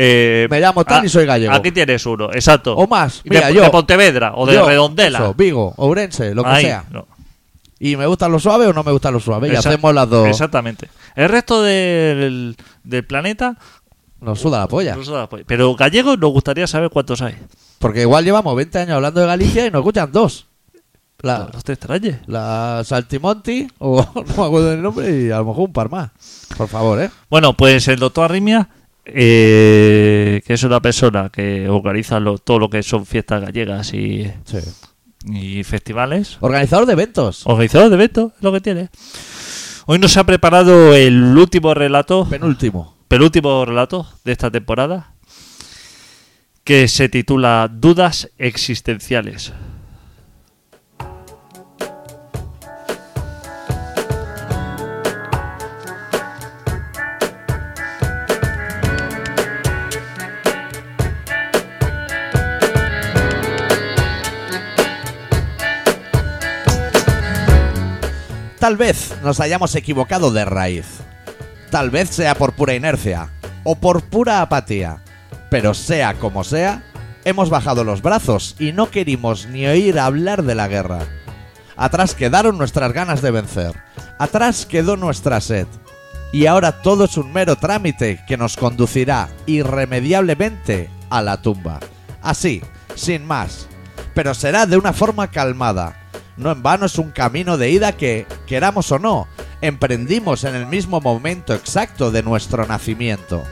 Speaker 3: eh,
Speaker 1: Me llamo tal y soy gallego.
Speaker 3: Aquí tienes uno, exacto.
Speaker 1: O más,
Speaker 3: De-
Speaker 1: mira,
Speaker 3: de,
Speaker 1: yo-
Speaker 3: Pontevedra o de
Speaker 1: Yo,
Speaker 3: Redondela.
Speaker 1: eso, Vigo, Ourense, lo que
Speaker 3: Ahí,
Speaker 1: sea.
Speaker 3: no.
Speaker 1: Y me gusta lo suave o no me gusta lo suave. Y
Speaker 3: Exact-
Speaker 1: hacemos las dos.
Speaker 3: Exactamente. El resto del, del planeta.
Speaker 1: Nos suda la polla.
Speaker 3: no se la apoya. Pero gallegos nos gustaría saber cuántos hay.
Speaker 1: Porque igual llevamos 20 años hablando de Galicia y nos escuchan dos. La,
Speaker 3: No te extrañes.
Speaker 1: La Saltimonti, o no me acuerdo del nombre, y a lo mejor un par más. Por favor, ¿eh?
Speaker 3: Bueno, pues el doctor Arrimia, eh, que es una persona que organiza lo- todo lo que son fiestas gallegas y,
Speaker 1: Sí.
Speaker 3: y festivales.
Speaker 1: Organizador de eventos.
Speaker 3: Organizador de eventos, es lo que tiene. Hoy nos ha preparado el último relato,
Speaker 1: Penúltimo.
Speaker 3: penúltimo relato de esta temporada, que se titula Dudas existenciales.
Speaker 1: Tal vez nos hayamos equivocado de raíz. Tal vez sea por pura inercia o por pura apatía. Pero sea como sea, Hemos bajado los brazos y no querimos ni oír hablar de la guerra. Atrás quedaron nuestras ganas de vencer. Atrás quedó nuestra sed. Y ahora todo es un mero trámite que nos conducirá irremediablemente a la tumba. Así, sin más. Pero será de una forma calmada. No en vano es un camino de ida que, queramos o no, emprendimos en el mismo momento exacto de nuestro nacimiento.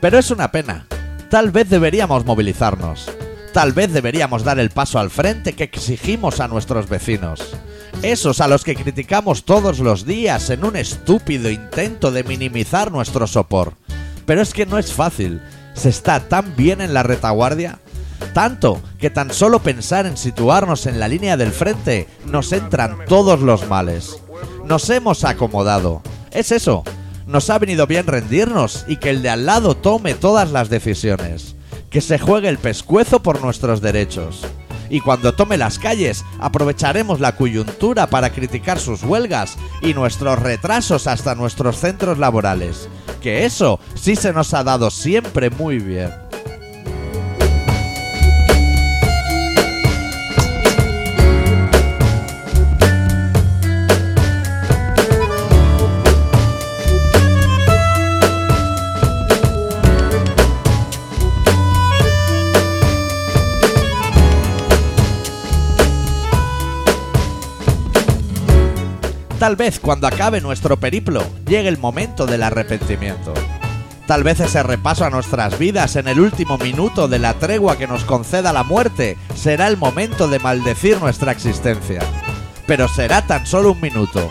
Speaker 1: Pero es una pena. Tal vez deberíamos movilizarnos. Tal vez deberíamos dar el paso al frente que exigimos a nuestros vecinos. Esos a los que criticamos todos los días en un estúpido intento de minimizar nuestro sopor. Pero es que no es fácil. Se está tan bien en la retaguardia. Tanto que tan solo pensar en situarnos en la línea del frente nos entran todos los males. Nos hemos acomodado. Es eso, nos ha venido bien rendirnos y que el de al lado tome todas las decisiones. Que se juegue el pescuezo por nuestros derechos. Y cuando tome las calles, aprovecharemos la coyuntura para criticar sus huelgas y nuestros retrasos hasta nuestros centros laborales. Que eso sí se nos ha dado siempre muy bien. Tal vez cuando acabe nuestro periplo llegue el momento del arrepentimiento. Tal vez ese repaso a nuestras vidas en el último minuto de la tregua que nos conceda la muerte será el momento de maldecir nuestra existencia. Pero será tan solo un minuto.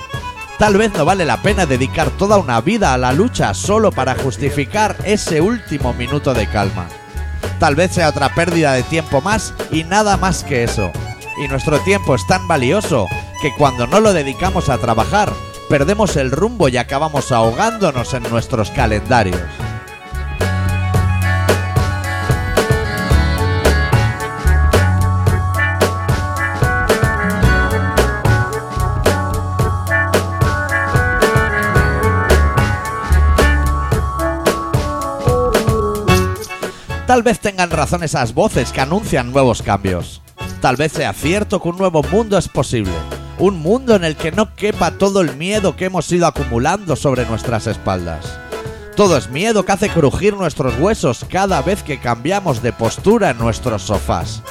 Speaker 1: Tal vez no vale la pena dedicar toda una vida a la lucha solo para justificar ese último minuto de calma. Tal vez sea otra pérdida de tiempo más y nada más que eso. Y nuestro tiempo es tan valioso que cuando no lo dedicamos a trabajar, perdemos el rumbo y acabamos ahogándonos en nuestros calendarios. Tal vez tengan razón esas voces que anuncian nuevos cambios. Tal vez sea cierto que un nuevo mundo es posible. Un mundo en el que no quepa todo el miedo que hemos ido acumulando sobre nuestras espaldas. Todo es miedo que hace crujir nuestros huesos cada vez que cambiamos de postura en nuestros sofás.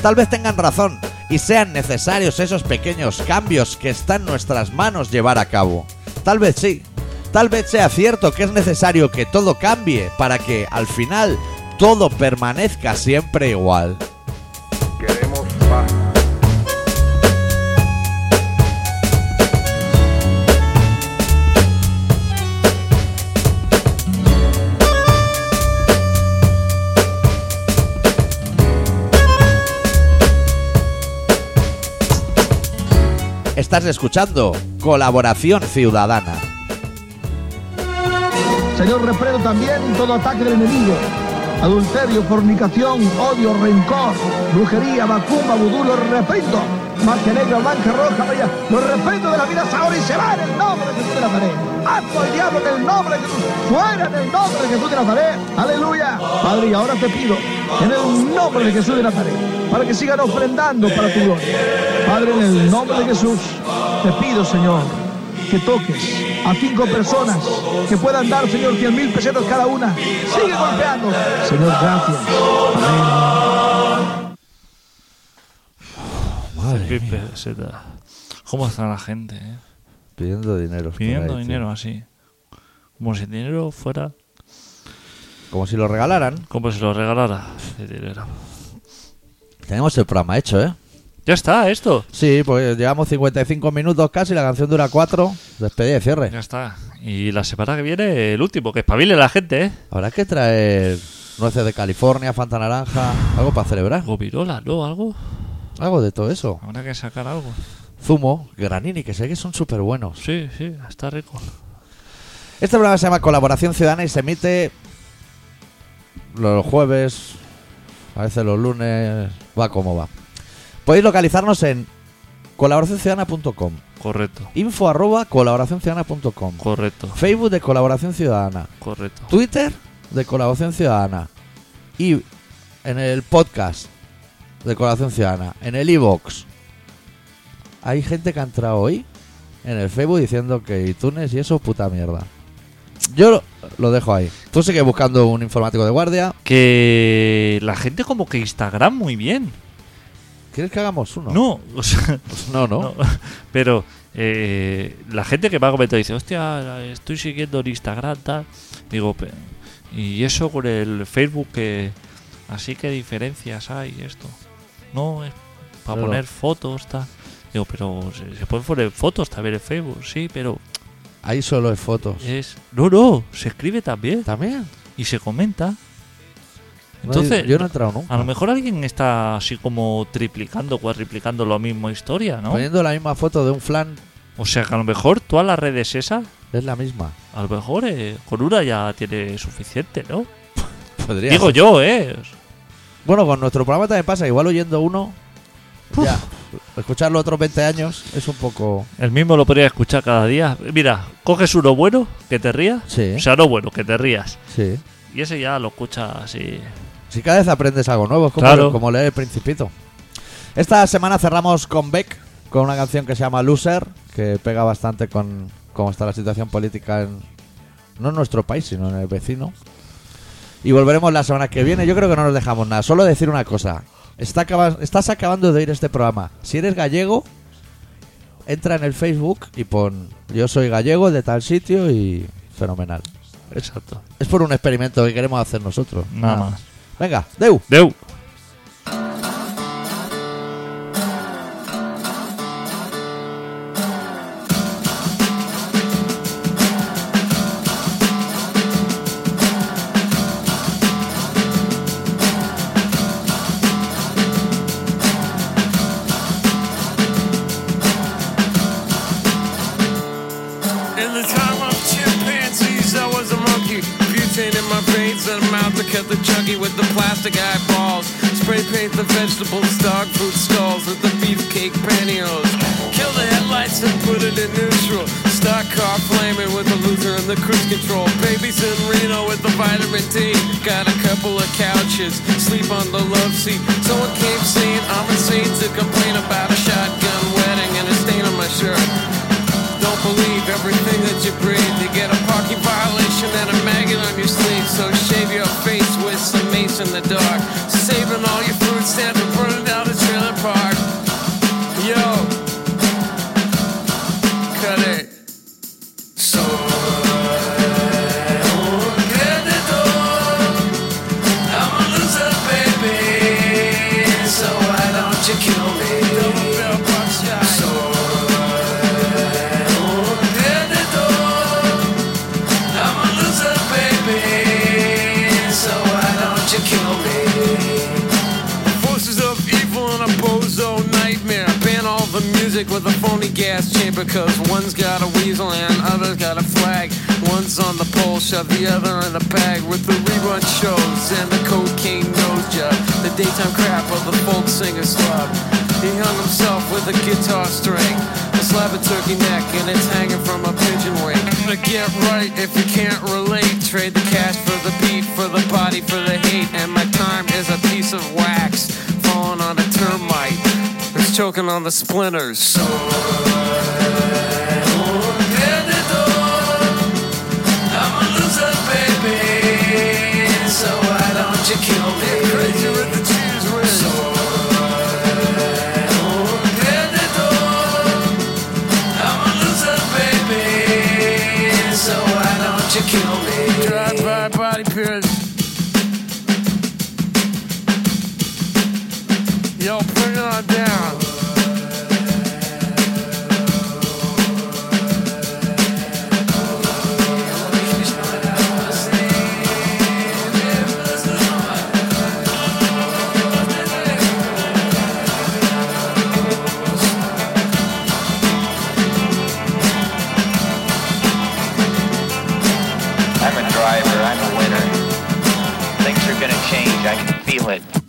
Speaker 1: Tal vez tengan razón y sean necesarios esos pequeños cambios que está en nuestras manos llevar a cabo. Tal vez sí. Tal vez sea cierto que es necesario que todo cambie para que, al final, todo permanezca siempre igual.
Speaker 4: Queremos paz.
Speaker 1: Estás escuchando Colaboración Ciudadana.
Speaker 5: Señor, reprendo también todo ataque del enemigo. Adulterio, fornicación, odio, rencor, brujería, vacuma, vudú, lo reprendo. Marca negra, blanca, roja, amarilla, lo reprendo de la vida ahora y se va en el nombre de Jesús de Nazaret. Hazlo al diablo en el nombre de Jesús, fuera en el nombre de Jesús de Nazaret. Aleluya. Padre, y ahora te pido, en el nombre de Jesús de Nazaret, para que sigan ofrendando para tu gloria. Padre, en el nombre de Jesús, te pido, Señor, que toques a cinco personas que puedan dar, Señor, 100 mil pesetas cada una. Sigue golpeando. Señor, gracias. Amén.
Speaker 3: Qué peseta. ¿Cómo está la gente? eh?
Speaker 1: Pidiendo dinero.
Speaker 3: Pidiendo dinero así. Como si el dinero fuera.
Speaker 1: Como si lo regalaran.
Speaker 3: Como si lo regalara el dinero.
Speaker 1: Tenemos el programa hecho, ¿eh?
Speaker 3: Ya está, esto.
Speaker 1: Sí, pues llevamos 55 minutos casi, la canción dura 4. Despedida y cierre.
Speaker 3: Ya está. Y la semana que viene, el último, que espabile la gente, ¿eh?
Speaker 1: Habrá que traer nueces de California, Fanta Naranja, algo para celebrar.
Speaker 3: Algo virola, ¿no? Algo.
Speaker 1: Algo de todo eso.
Speaker 3: Habrá que sacar algo.
Speaker 1: Zumo, granini, que sé que son súper buenos.
Speaker 3: Sí, sí, está rico.
Speaker 1: Este programa se llama Colaboración Ciudadana y se emite los jueves A veces los lunes va como va. Podéis localizarnos en colaboracionciudadana.com,
Speaker 3: Correcto,
Speaker 1: info arroba colaboracionciudadana.com,
Speaker 3: correcto,
Speaker 1: Facebook de Colaboración Ciudadana,
Speaker 3: correcto.
Speaker 1: Twitter de Colaboración Ciudadana y en el podcast de Colaboración Ciudadana, en el iBox. Hay gente que ha entrado hoy en el Facebook diciendo que iTunes y eso es puta mierda. Yo lo, lo dejo ahí. Tú sigues buscando un informático de guardia.
Speaker 3: Que la gente como que Instagram muy bien.
Speaker 1: ¿Quieres que hagamos uno? Pues
Speaker 3: No, o sea,
Speaker 1: no, no.
Speaker 3: no. Pero eh, la gente que va a comentar dice, hostia, estoy siguiendo en Instagram, tal. Digo, "Pe- y eso con el Facebook que... Así que diferencias hay esto. No, es para
Speaker 1: Claro.
Speaker 3: poner fotos, tal. Digo, pero se, se pueden poner fotos también en Facebook, sí, pero
Speaker 1: Ahí solo es fotos.
Speaker 3: es... No, no, se escribe también
Speaker 1: También.
Speaker 3: y se comenta.
Speaker 1: No,
Speaker 3: Entonces,
Speaker 1: yo no he entrado nunca.
Speaker 3: a lo mejor alguien está así como triplicando, cuadriplicando la misma historia, ¿no?
Speaker 1: Poniendo la misma foto de un flan
Speaker 3: O sea que a lo mejor todas las redes esas,
Speaker 1: es la misma.
Speaker 3: a lo mejor eh, con una ya tiene suficiente, ¿no?
Speaker 1: Podría
Speaker 3: Digo
Speaker 1: ser.
Speaker 3: yo, ¿eh?
Speaker 1: Bueno, con nuestro programa también pasa. Igual oyendo uno, ya, escucharlo otros 20 años es un poco.
Speaker 3: El mismo lo podría escuchar cada día. Mira, coges uno bueno, que te rías.
Speaker 1: Sí.
Speaker 3: O sea, no bueno, que te rías.
Speaker 1: Sí.
Speaker 3: Y ese ya lo escuchas así.
Speaker 1: Si cada vez aprendes algo nuevo, es como,
Speaker 3: Claro.
Speaker 1: como leer el Principito. Esta semana cerramos con Beck, con una canción que se llama Loser, que pega bastante con cómo está la situación política en. No en nuestro país, sino en el vecino. Y volveremos la semana que viene. Yo creo que no nos dejamos nada. Solo decir una cosa. Está acaba- estás acabando de oír este programa. Si eres gallego, entra en el Facebook y pon yo soy gallego de tal sitio y fenomenal.
Speaker 3: Exacto.
Speaker 1: Es por un experimento que queremos hacer nosotros.
Speaker 3: Nada más.
Speaker 1: Venga, Deu.
Speaker 3: Deu.
Speaker 6: In the time of chimpanzees, I was a monkey. Butane in my veins and a mouth that kept the chunky with the plastic eyeballs. Spray paint the vegetables, dog food skulls with the beefcake pantyhose. Kill the headlights and put it in neutral. Stock car flaming with the Luther and the cruise control. Babies in Reno with the vitamin D. Got a couple of couches, sleep on the love seat. Someone came saying I'm insane to complain about a shotgun wedding and a stain on my shirt. Don't believe everything that you breathe. You get a parking violation and a maggot on your sleeve. So shave your face with some mace in the dark. Saving all your food stamps and burning down the trailer park. Yo, cut it. So. uh, I'm a loser, baby. So why don't you kill me? Double barrel buckshot. So dead the door. I'm a loser, baby. So why don't you kill me? Forces of evil in a bozo nightmare. Ban all the music with a phony gas chamber. Cause one's got a weasel and other's got a flag. One's on the pole, shove the other in a bag with the rerun shows and the cocaine nose job. The daytime crap of the folk singer slob. He hung himself with a guitar string. A slab of turkey neck and it's hanging from a pigeon wing. To get right if you can't relate. Trade the cash for the beat, for the body, for the hate. And my time is a piece of wax falling on a termite. It's choking on the splinters. So dead the door. I'm a loser, baby. So why don't you kill me? Crazy with the cheese whiz. So dead the door. I'm a loser, baby. So why don't you kill me? Drive by body period. Yo, bring it on down.
Speaker 7: I'm a driver. I'm a winner. Things are going to change. I can feel it.